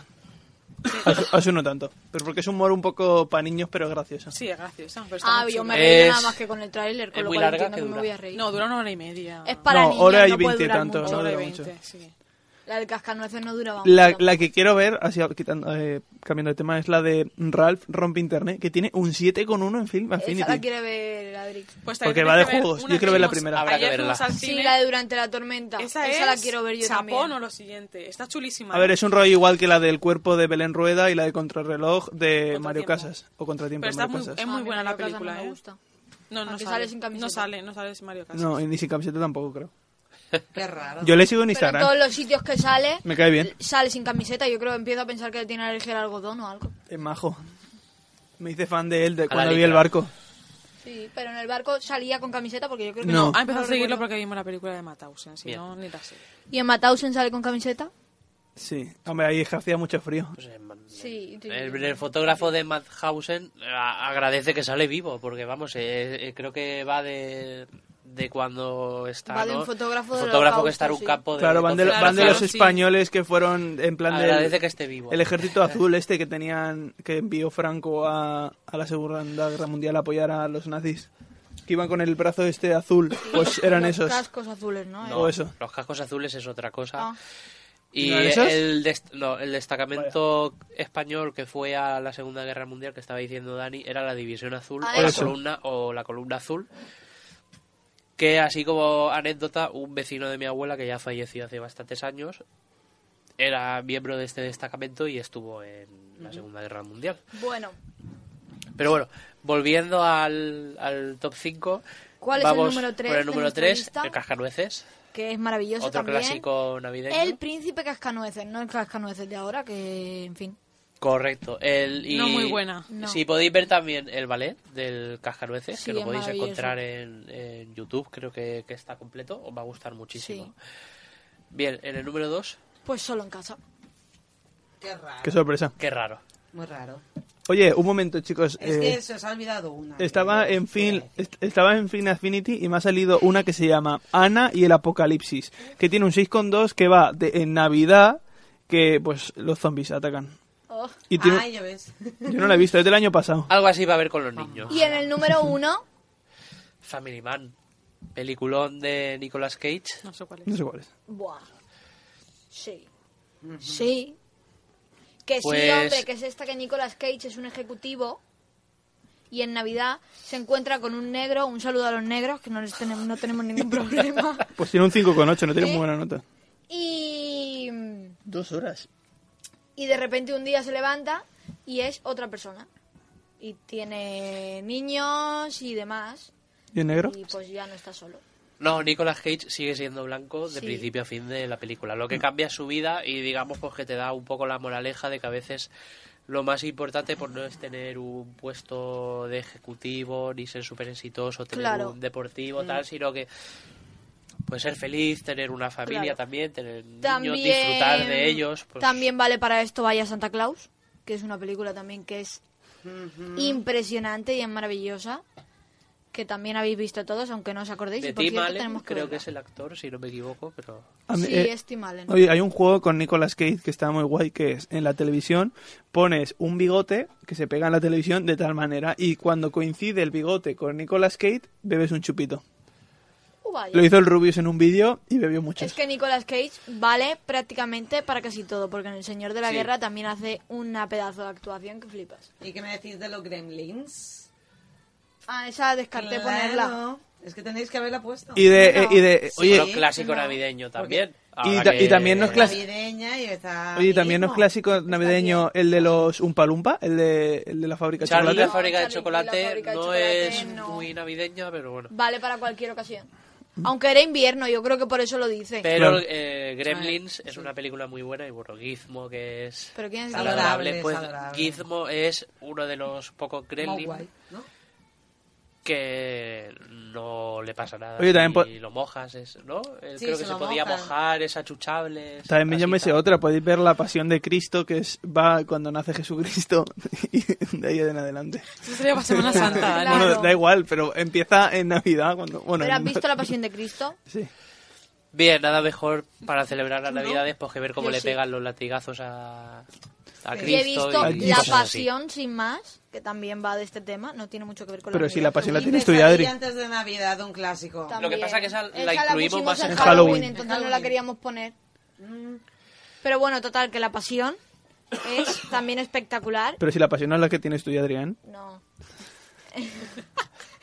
S5: Asu asu no tanto. Pero porque es un humor un poco para niños, pero gracioso.
S7: Sí, es graciosa. Pero está
S4: Ah,
S7: muy
S4: yo
S7: chula.
S4: me reí
S1: Es-
S4: nada más que con el tráiler,
S1: es
S4: con lo
S1: muy
S4: cual
S1: larga
S4: entiendo
S1: que
S4: que me
S1: dura.
S4: voy a reír.
S7: No, dura una hora y media.
S4: es para
S5: No,
S4: niños,
S5: hora y
S4: no puede
S5: veinte y
S4: durar
S5: tanto,
S4: mucho.
S5: no
S7: hora y
S5: dura mucho.
S7: veinte, sí.
S4: La del cascanueces no duraba
S5: La,
S4: mucho.
S5: la que quiero ver, así quitando, eh, cambiando de tema, es la de Ralph Rompe Internet, que tiene un 7,1 en Film
S4: Esa la
S5: Affinity.
S4: quiere ver Adri.
S7: Pues
S5: Porque
S7: también
S5: va
S7: hay
S5: de
S7: que ver
S5: juegos,
S7: una
S5: yo quiero ver la
S7: que vimos-
S5: primera.
S1: Habrá que
S7: ayer
S1: verla.
S7: fuimos al
S4: Sí,
S7: cine.
S4: la de Durante la Tormenta.
S7: Esa,
S4: Esa,
S7: es
S4: la quiero ver yo
S7: Chapón
S4: también.
S7: o lo siguiente. Está chulísima. ¿eh?
S5: A ver, es un rollo igual que la del cuerpo de Belén Rueda y la de Contrarreloj de Mario
S7: Contratiempo.
S5: Casas. O Contratiempo
S7: Pero
S5: de
S7: está
S5: Mario
S7: muy-
S5: Casas.
S7: es muy
S4: A mí
S7: buena
S4: Mario
S7: la
S4: Casas
S7: película,
S4: No me
S7: ¿eh?
S4: gusta.
S7: no, no
S4: aunque
S7: sale,
S4: sale sin camiseta.
S7: No sale, no sale sin Mario Casas. Ah,
S5: No, y ni sin camiseta tampoco, creo.
S6: Qué raro.
S5: Yo le sigo en
S4: Pero en
S5: Instagram.
S4: todos los sitios que sale,
S5: Me cae bien.
S4: sale sin camiseta. Yo creo que empiezo a pensar que tiene alergia al algodón o algo.
S5: Es majo. Me hice fan de él de
S1: la
S5: cuando vi
S1: litra.
S5: el barco.
S4: Sí, pero en el barco salía con camiseta porque yo creo que
S5: No.
S4: no.
S7: Ah, empezó a seguirlo
S4: recuerdo.
S7: porque vimos la película de Matausen, si
S1: Bien.
S7: no, ni la sé.
S4: ¿Y en Matausen sale con camiseta?
S5: Sí. Hombre, ahí es que hacía mucho frío.
S1: Pues en- en-
S4: Sí, sí.
S1: el, el fotógrafo de Madhausen eh, agradece que sale vivo, porque vamos, eh, eh, creo que va de, de cuando está.
S4: Va de un
S1: ¿no?
S4: fotógrafo
S1: El
S4: del
S1: fotógrafo que está en un
S4: holocausto, sí.
S1: campo de.
S5: Claro, van de,
S7: Claro,
S5: van de
S7: claro,
S5: los
S7: sí.
S5: españoles que fueron en plan
S1: Agradece
S5: del
S1: que esté vivo.
S5: el ejército azul este que tenían que envió Franco a, a la Segunda Guerra Mundial a apoyar a los nazis. Que iban con el brazo este azul, pues eran
S4: Los
S5: esos.
S4: cascos azules, ¿no?
S1: No,
S5: o eso.
S1: Los cascos azules es otra cosa.
S4: Ah.
S1: Y
S5: ¿No eran esos?
S1: el, dest- no, el destacamento español que fue a la Segunda Guerra Mundial, que estaba diciendo Dani, era la División Azul
S4: Ah,
S1: o, la
S5: eso.
S1: columna, o la Columna Azul. Que así como anécdota, un vecino de mi abuela que ya falleció hace bastantes años era miembro de este destacamento y estuvo en la Segunda Guerra Mundial.
S4: Bueno,
S1: Pero bueno, volviendo al, al top 5.
S4: ¿Cuál es el número tres
S1: Por
S4: de
S1: el número
S4: nuestra
S1: 3,
S4: lista?
S1: el cascanueces.
S4: que es maravilloso
S1: Otro
S4: también.
S1: clásico navideño.
S4: El príncipe cascanueces, no el cascanueces de ahora, que en fin.
S1: Correcto. El, y
S7: No muy buena.
S4: No.
S1: Si podéis ver también el ballet del Cascanueces,
S4: Sí,
S1: que lo
S4: es
S1: podéis
S4: maravilloso.
S1: encontrar en, en YouTube, creo que, que está completo, os va a gustar muchísimo. Bien, en el número 2,
S4: Pues solo en casa.
S1: Ah.
S6: Qué raro.
S5: Qué sorpresa.
S1: qué raro.
S6: Muy raro.
S5: Oye, un momento, chicos.
S6: Es
S5: eh,
S6: que se os ha olvidado una.
S5: Estaba en
S6: fin
S5: fin, est- estaba en Fin Affinity y me ha salido una que se llama Ana y el Apocalipsis, que tiene un 6,2 que va de en Navidad que pues los zombies atacan.
S4: Oh.
S5: Y tiene-
S6: Ay, Ah, ya ves.
S5: yo no la he visto, es del año pasado.
S1: Algo así va a haber con los niños.
S4: Y en el número uno,
S1: Family Man, peliculón de Nicolas Cage.
S7: No sé cuál es.
S5: No sé cuál es.
S4: buah. Sí. Sí. Que sí,
S1: Pues-
S4: hombre, que es esta que Nicolas Cage es un ejecutivo y en Navidad se encuentra con un negro, un saludo a los negros, que no, les tenemos, no tenemos ningún problema.
S5: Pues tiene un 5,8, no tiene
S4: ¿Eh?
S5: muy buena nota.
S4: Y,
S5: Dos horas.
S4: y de repente un día se levanta y es otra persona. Y tiene niños y demás.
S5: ¿Y el negro?
S4: Y pues ya no está solo.
S1: No, Nicolas Cage sigue siendo blanco de
S4: Sí. Mm.
S1: principio a fin de la película. Lo que cambia es su vida y digamos pues que te da un poco la moraleja de que a veces lo más importante pues no es tener un puesto de ejecutivo ni ser súper exitoso, tener
S4: Claro. Mm.
S1: un deportivo tal, sino que pues ser feliz, tener una familia
S4: Claro.
S1: también, tener niños,
S4: También,
S1: disfrutar de ellos. pues,
S4: También vale para esto Vaya Santa Claus, que es una película también que es impresionante y es maravillosa. Que también habéis visto todos, aunque no os acordéis. y
S1: De
S4: por
S1: Tim
S4: cierto,
S1: Allen,
S4: tenemos que
S1: creo
S4: verla.
S1: que es el actor, si no me equivoco, pero...
S5: A mí,
S4: Sí,
S5: eh,
S4: es Tim Allen.
S5: Oye, hay un juego con Nicolas Cage que está muy guay, que es en la televisión pones un bigote que se pega en la televisión de tal manera y cuando coincide el bigote con Nicolas Cage, bebes un chupito.
S4: Oh, vaya.
S5: Lo hizo el Rubius en un vídeo y bebió muchos.
S4: Es que Nicolas Cage vale prácticamente para casi todo, porque en El Señor de la
S1: Sí.
S4: Guerra también hace una pedazo de actuación que flipas.
S6: ¿Y qué me decís de los gremlins?
S4: Ah, esa descarté
S6: Claro.
S4: ponerla.
S6: Es que tenéis que haberla puesto.
S5: Y de, eh, y de
S6: Sí,
S5: oye,
S1: Bueno, clásico
S6: no.
S1: navideño
S6: Porque-
S1: también.
S5: Y
S1: Ahora
S5: ta- y también no es
S6: Es
S5: clásico.
S6: navideña y está...
S5: oye, también
S6: ahí
S5: no es
S6: mismo.
S5: clásico
S6: Está
S5: navideño
S6: bien.
S5: el de los Umpalumpa, el de, el de la fábrica de
S1: Charlie y la
S5: chocolate.
S1: fábrica de
S4: Charlie y la
S1: chocolate
S4: fábrica de
S1: no
S4: chocolate,
S1: es
S4: no.
S1: muy navideña, pero bueno.
S4: Vale para cualquier ocasión. Aunque era invierno, yo creo que por eso lo dice.
S1: Pero
S4: Pero,
S5: Claro.
S1: eh, Gremlins es una película muy buena y bueno, Gizmo que es
S4: ¿quién es
S6: Está Adorable, es
S1: pues
S6: adorable.
S1: Gizmo es uno de los pocos Gremlins
S6: Mogwai, ¿no?
S1: que no le pasa nada.
S5: Oye,
S1: si
S5: también po-
S1: lo mojas, es, ¿no? Eh,
S6: Sí,
S1: Creo
S6: se
S1: que se
S6: lo
S1: podía
S6: mojan.
S1: mojar, es achuchable. es
S5: También yo me sé
S1: casita.
S5: otra, podéis ver La Pasión de Cristo, que es va cuando nace Jesucristo y de ahí en adelante.
S7: Eso sería para Semana Santa, Ana.
S4: Claro.
S5: Bueno, da igual, pero empieza en Navidad cuando... Bueno,
S4: ¿Pero has
S5: en-
S4: visto La Pasión de Cristo?
S5: Sí.
S1: Bien, nada mejor para celebrar las Navidades pues que ver cómo
S4: Yo
S1: le
S4: sí.
S1: pegan los latigazos a, a Cristo.
S4: Y he visto
S1: y
S4: La
S1: cosas así.
S4: Pasión sin más, que también va de este tema, no tiene mucho que ver con
S5: Pero
S4: la
S5: si La
S4: Navidad.
S5: Pasión la
S6: Y
S5: tienes tú ya,
S6: Pesadilla
S5: Adri.
S6: antes de Navidad, un clásico.
S1: Lo que pasa que esa la incluimos
S4: pusimos
S1: más en
S5: Halloween.
S4: entonces
S6: En
S4: no la
S6: Halloween.
S4: queríamos poner. Pero bueno, total, que la pasión es también espectacular.
S5: Pero si La Pasión no es la que tienes tú, ya, Adrián.
S4: No.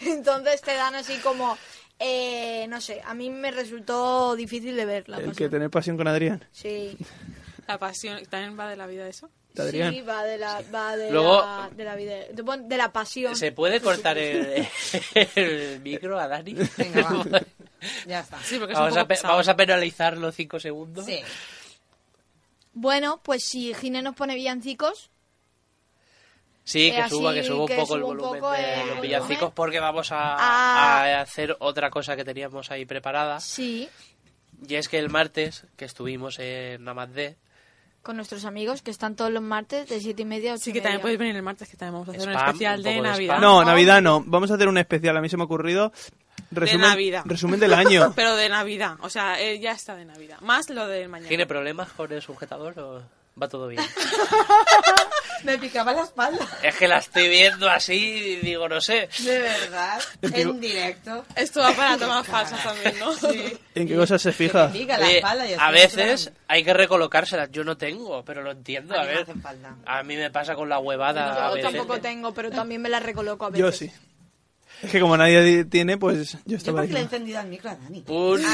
S4: entonces te dan así como... eh, no sé, a mí me resultó difícil de ver la
S5: el
S4: pasión.
S5: que tener pasión con Adrián.
S4: Sí,
S7: La pasión. ¿También va de la vida eso?
S5: De Adrián.
S4: sí, va de la, va de
S1: Luego-
S4: la, de la vida- de- bueno, de la pasión.
S1: ¿Se puede cortar el, el micro a Dani?
S6: Venga, va. Ya está.
S7: Sí, porque es
S1: Vamos
S7: un
S1: a,
S7: poco
S1: pe-
S7: pesado.
S1: vamos a penalizar los 5 segundos.
S6: Sí.
S4: Bueno, pues si Gine nos pone villancicos,
S1: Sí, que
S4: Eh,
S1: suba,
S4: así
S1: que suba un
S4: que
S1: poco el
S4: suba un
S1: volumen
S4: poco
S1: de
S4: el
S1: los
S4: volumen.
S1: villancicos porque vamos a,
S4: Ah.
S1: a hacer otra cosa que teníamos ahí preparada.
S4: sí,
S1: Y es que el martes, que estuvimos en Amadé,
S4: con nuestros amigos que están todos los martes de siete y media a ocho
S7: Sí,
S4: y
S7: que también
S4: media.
S7: podéis venir el martes, que también vamos a hacer un
S1: Spam,
S7: especial
S1: un
S7: de
S1: poco de
S7: Navidad.
S1: spam.
S5: No, Navidad no. Vamos a hacer un especial. A mí se me ha ocurrido. Resumen,
S7: Navidad.
S5: Resumen del año.
S7: Pero de Navidad, o sea, eh, ya está de Navidad. Más lo del mañana.
S1: ¿tiene problemas con el sujetador o va todo bien?
S6: Me picaba la espalda.
S1: es que la estoy viendo así y digo, no sé.
S6: De verdad. En directo.
S7: Esto va para tomas falsas también, ¿no? Sí.
S5: ¿En qué cosas se fija?
S6: Pica la
S1: Oye,
S6: espalda y
S1: a
S6: estoy
S1: veces
S6: llorando.
S1: hay que recolocárselas. Yo no tengo, pero lo entiendo. A,
S6: A mí me
S1: ver,
S6: hacen falta.
S1: a mí me pasa con la huevada. a
S4: Yo
S1: veces.
S4: tampoco tengo, pero también me la recoloco a veces.
S5: Yo sí. Es que como nadie di- tiene, pues yo
S6: Yo
S5: estaba
S6: porque le he
S5: ahí.
S6: encendido al micro a Dani.
S1: Un,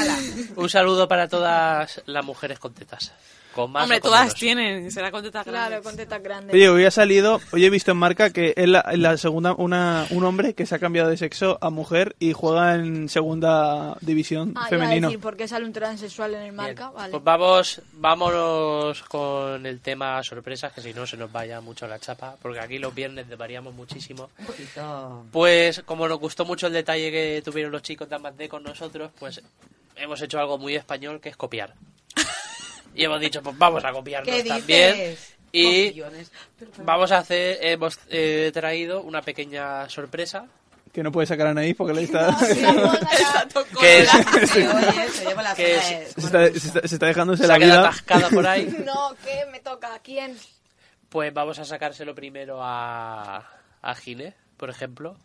S1: un saludo para todas las mujeres con tetas. Con más
S7: Hombre,
S1: o con
S7: todas
S1: menos.
S7: tienen, será con tetas
S4: Claro,
S7: grandes.
S4: con tetas grandes.
S5: Oye, hoy ha salido, hoy he visto en marca que es la, en la segunda, una, un hombre que se ha cambiado de sexo a mujer y juega en segunda división
S4: ah, iba a
S5: femenino.
S4: decir, ¿por qué sale un transexual en el
S1: Bien,
S4: marca? Vale.
S1: Pues vamos, vámonos con el tema sorpresas, que si no se nos vaya mucho la chapa, porque aquí los viernes variamos muchísimo.
S6: Un poquito.
S1: Pues como nos gustó mucho el detalle que tuvieron los chicos de Amadé con nosotros, pues hemos hecho algo muy español, que es copiar. Y hemos dicho, pues vamos a copiarnos
S6: ¿Qué
S1: también.
S6: dices?
S1: Y
S6: Copiones. Pero-
S1: vamos a hacer, hemos eh, traído una pequeña sorpresa,
S5: Que no puede sacar a Naif porque le está...
S1: que es,
S6: Sí, oye, se lleva la
S1: Que
S6: sola,
S5: se,
S6: eh.
S5: está, se está- se está dejándose
S1: se
S5: la
S1: ha quedado
S5: vida.
S1: atascada por ahí.
S4: No, ¿qué? Me toca. ¿Quién?
S1: Pues vamos a sacárselo primero a, a Gine, por ejemplo.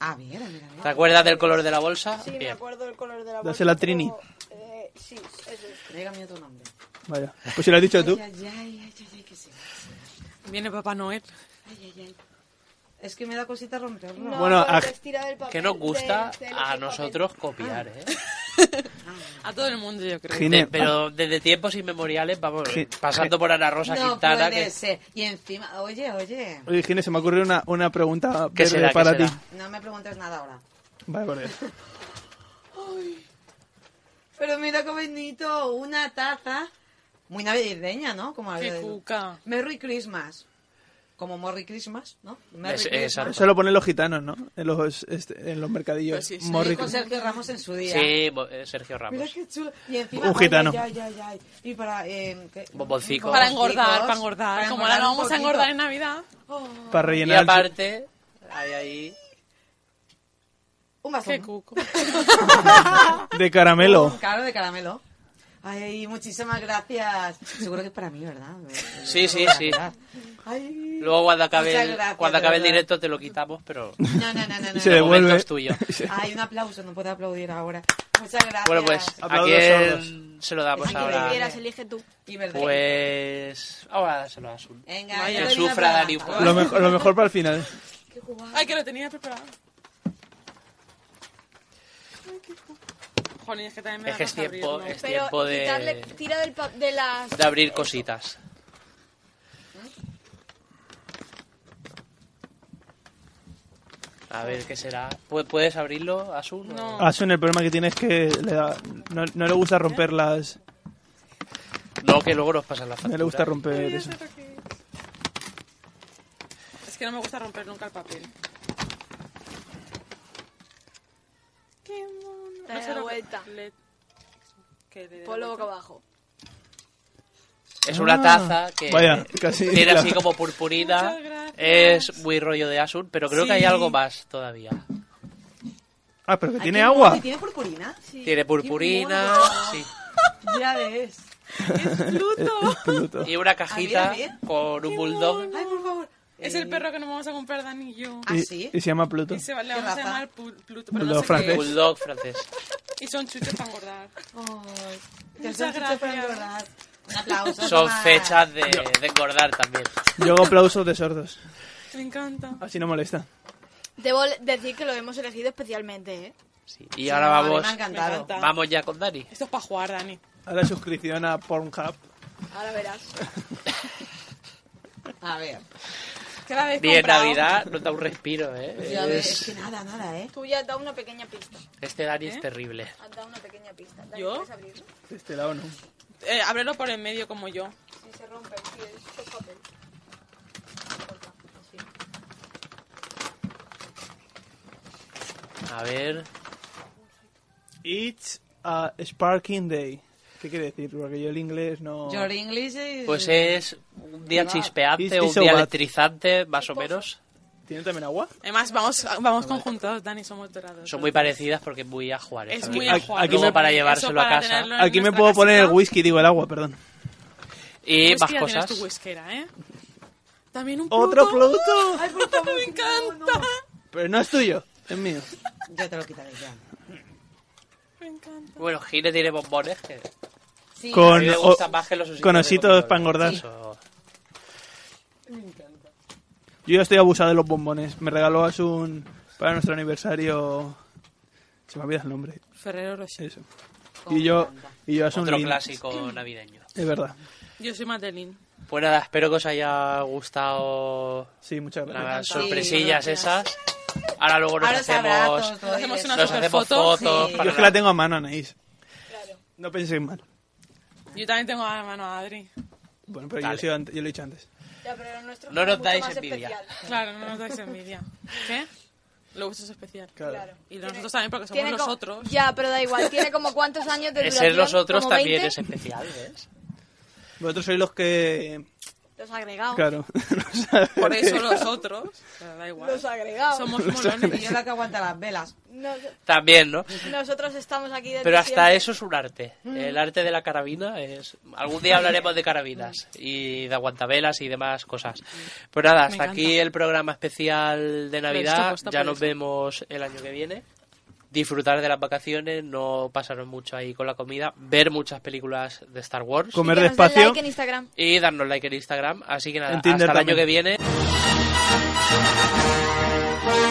S6: Ah, mira, mira, mira.
S1: ¿Te acuerdas del color de la bolsa?
S4: Sí, me
S1: Bien.
S4: acuerdo del color de la bolsa.
S5: Dásela a Trini.
S4: pero, eh, sí, eso es.
S6: Dígame otro nombre.
S5: Vaya. Pues si lo has dicho tú.
S6: Ay, ay, ay, ay, ay, que sí.
S7: Viene Papá Noel.
S6: Ay, ay, ay. Es que me da cosita romperlo.
S4: No,
S5: Bueno,
S4: pero
S5: a-
S4: se estira del papel,
S1: Que nos gusta
S4: del- del
S1: a
S4: papel.
S1: nosotros
S6: Ah.
S1: copiar, ¿eh?
S7: A todo el mundo, yo creo.
S5: Gine-
S1: De- pero desde tiempos inmemoriales, vamos,
S5: Ge-
S1: pasando por Ana Rosa
S6: no
S1: Quintana,
S6: puede
S1: que,
S6: ser. Y encima, oye, oye,
S5: Oye, Gine, se me ocurrió una, una pregunta
S1: ¿Qué
S5: breve
S1: será, qué
S5: para ti.
S1: será?
S6: no me preguntes nada ahora.
S5: Vale, vale.
S6: Pero mira qué bonito, una taza muy navideña, ¿no? Como había
S7: Qué
S6: de-
S7: cuca.
S6: Merry Christmas. Como Merry Christmas, ¿no? Merry
S1: Es-
S6: Christmas.
S1: exacto.
S5: Eso lo ponen los gitanos, ¿no? En los, este, en los mercadillos.
S7: Pues sí, sí.
S6: Lo
S5: Morri-
S6: dijo Sergio Ramos en su día.
S1: Sí, bo- eh, Sergio Ramos.
S6: Mira qué chulo. Y encima,
S5: Un gitano.
S6: ay, ay, ay, ay, ay. Y para... Eh, ¿qué?
S1: Bomboncicos.
S7: Para
S1: Chicos,
S7: engordar, para engordar.
S6: Para
S7: Como ahora
S6: engordar
S7: no
S6: un
S7: vamos a
S6: poquito.
S7: engordar en Navidad.
S5: Para
S1: Y
S5: rellenar. el-
S1: aparte, hay ahí
S6: Un vaso.
S7: Qué cuco.
S5: De caramelo.
S6: Claro, de caramelo. Ay, muchísimas gracias. Seguro que es para mí, ¿verdad?
S1: Sí, sí, sí.
S6: Ay.
S1: Luego cuando acabe,
S6: Muchas
S1: el-
S6: gracias,
S1: cuando
S6: de
S1: acabe el
S6: verdad.
S1: directo te lo quitamos, pero
S6: No, no, no, no. no.
S5: se
S1: de
S5: devuelve.
S1: momento es tuyo.
S6: Ay, un aplauso, no puedo aplaudir ahora. Muchas gracias.
S1: Bueno, pues a
S5: Aplausos
S1: quién
S5: sordos.
S1: se lo damos
S6: Es
S4: Que
S6: Ahora-
S1: ahora.
S4: prefieras, elige tú.
S6: Y verdad.
S1: Pues ahora se lo das un.
S6: Venga,
S7: Vaya.
S6: te doy
S1: Que
S6: una
S1: sufra
S6: palabra.
S1: Dani un poco.
S5: Lo mejor, lo mejor para el final.
S7: Ay, que lo tenía preparado. Ay, qué cuco. Jolín, es que también me
S1: Es
S7: da
S1: que es
S7: cosa
S1: tiempo,
S7: abrirlo.
S1: Es
S4: Pero
S1: tiempo de-
S4: quitarle, tira del pa- de las...
S1: De abrir cositas. A ver, ¿qué será? ¿Pu- ¿Puedes abrirlo, Asun?
S7: No.
S5: Asun, Ah, el problema que tiene es que le da- no, no le gusta romper las.
S1: No, que luego nos pasan las
S5: No
S1: facturas.
S5: le gusta romper eso.
S7: Es que no me gusta romper nunca el papel. Qué mono.
S4: Dale la
S7: lo-
S4: eh, vuelta.
S7: le- que le dé la
S4: Ponlo boca
S7: vuelta.
S4: abajo.
S1: Es una
S5: Ah,
S1: taza que
S5: vaya, casi,
S1: tiene
S5: claro.
S1: así como purpurina.
S7: Muchas gracias.
S1: Es muy rollo de Asun, pero creo que hay
S7: Sí.
S1: algo más todavía.
S5: Ah, pero que
S6: Ay,
S5: tiene
S6: qué
S5: agua.
S6: mono, ¿Tiene purpurina?
S1: Tiene purpurina sí.
S6: Ya ves.
S5: El Pluto.
S1: y una cajita
S6: Ah, mira,
S1: con un bulldog. Eh.
S6: Ay, por favor.
S7: Es el perro que nos vamos a comprar, Dani y yo.
S6: Ah,
S5: Y,
S6: sí.
S5: y se llama Pluto.
S7: Y se va- le vamos a
S6: raza?
S7: llamar Pul- Pluto, pero
S5: Bulldog
S7: no sé qué
S5: francés.
S7: es.
S1: Bulldog francés.
S7: Y son chuches para engordar.
S6: Ay, ya
S7: Muchas
S6: son chuches para
S7: gracias.
S6: engordar. Un aplauso.
S1: Son
S6: Tomás.
S1: fechas de, de engordar también.
S5: Yo hago aplausos de sordos.
S7: Me encanta.
S5: Así no molesta.
S4: Debo decir que lo hemos elegido especialmente, ¿eh?
S1: Sí. Y ahora
S6: No, a mí
S1: vamos,
S6: Me ha encantado.
S7: Me encanta.
S1: vamos ya con Dani.
S7: Esto es para jugar, Dani.
S5: Ahora suscripción a Pornhub.
S4: Ahora verás.
S6: A ver.
S7: ¿Qué la habéis
S1: Ni en
S7: comprado?
S1: Navidad nos da un respiro, ¿eh?
S6: Ya ves,
S1: Es-
S6: es que nada, nada, ¿eh?
S4: Tú ya has dado una pequeña pista.
S1: este Dani
S7: ¿Eh?
S1: es terrible.
S4: Has dado una pequeña pista. Dani,
S7: ¿Yo?
S4: ¿puedes abrirlo?
S5: De este lado no.
S7: Eh, ábrelo por el medio como yo.
S4: Si se rompe, si es es papel. Corta, así.
S1: A ver,
S5: It's a sparking day. ¿Qué quiere decir? Porque yo el inglés no...
S6: Your English is...
S1: pues es un día chispeante,
S5: Is
S1: un
S5: this so
S1: día
S5: bad?
S1: electrizante, más o
S7: Pues,
S1: menos.
S5: ¿Tiene también agua?
S7: Además, vamos, vamos conjuntados, Dani, somos dorados.
S1: Son muy parecidas porque es muy a Juárez.
S7: pues, Es
S1: ¿sabes?
S7: muy
S5: a-
S7: a Juárez.
S5: aquí me-
S7: Eso
S1: para llevárselo a
S7: para
S1: casa.
S7: tenerlo en
S5: Aquí me
S7: nuestra
S5: puedo poner el
S7: casita.
S5: whisky, digo el agua, perdón.
S1: Y
S7: Whisky,
S1: más
S7: ya tienes tu
S1: cosas.
S7: whiskera, ¿eh? También un
S5: ¡Otro
S7: Pluto.
S5: Pluto!
S6: Ay, por favor,
S7: Me encanta.
S5: Pero no es tuyo, es mío.
S6: Yo te lo quitaré ya.
S7: Me encanta.
S1: Bueno, Gine tiene bombones que
S6: Sí,
S1: a
S5: Con,
S1: mí me
S5: o-
S1: gustan más que los ositos.
S5: con
S1: de
S5: ositos
S1: comida,
S5: para engordar.
S1: eso.
S5: Yo ya estoy abusado de los bombones. Me regaló Asun para nuestro aniversario... Se me olvida el nombre.
S7: Ferrero Rocher.
S5: Eso. Y yo, y yo Asun...
S1: Otro
S5: Lin.
S1: clásico navideño.
S5: Es verdad.
S7: Yo soy Madeline.
S1: Pues nada, espero que os haya gustado
S5: Sí, muchas gracias.
S1: las sorpresillas esas. Ahora luego nos
S6: Ahora los
S1: hacemos,
S6: abrazos, todo
S7: hacemos
S6: eso.
S7: una
S1: nos hacemos
S7: fotos.
S1: fotos.
S6: Sí.
S1: para
S5: Yo es que la tengo a mano, Anaís. No penséis mal.
S7: Yo también tengo a la mano a Adri.
S5: Bueno, pero yo,
S1: Dale.
S5: he sido ante- yo lo he dicho antes.
S4: Ya, pero nuestro
S1: No
S4: es
S1: nos
S4: mucho
S1: dais
S4: más
S1: envidia.
S4: especial.
S7: Claro, no nos dais envidia. ¿Qué? Lo vuestro es especial.
S5: Claro.
S7: Y lo de nosotros también, porque somos
S4: como-
S7: nosotros.
S4: Ya, pero da igual. Tiene como cuántos años de duración.
S1: Ese nosotros
S4: ¿Como
S1: también
S4: 20?
S1: es especial, ¿ves?
S5: Vosotros sois los que...
S4: Los agregados.
S5: Claro. no sabes.
S7: Por eso nosotros. Pero da igual.
S4: Los agregados.
S7: Somos
S6: Y
S7: molones.
S6: yo la que aguanta las velas.
S4: Nos-
S1: También, ¿no?
S4: nosotros estamos aquí desde
S1: Pero hasta
S4: siempre.
S1: eso es un arte.
S7: Mm.
S1: El arte de la carabina es... Algún día hablaremos de carabinas y de aguantabelas y demás cosas. Pues nada, hasta
S7: encanta.
S1: aquí el programa especial de
S7: he visto
S1: Navidad.
S7: puesto
S1: Ya
S7: por
S1: nos
S7: eso.
S1: vemos el año que viene. Disfrutar de las vacaciones, no pasaros mucho ahí con la comida, ver muchas películas de Star Wars
S5: Comer
S4: Que nos den
S5: despacio.
S4: like en Instagram.
S1: y darnos like en Instagram. Así que nada,
S5: En
S1: hasta
S5: Tinder
S1: el año
S5: también.
S1: que viene.
S8: Navidad.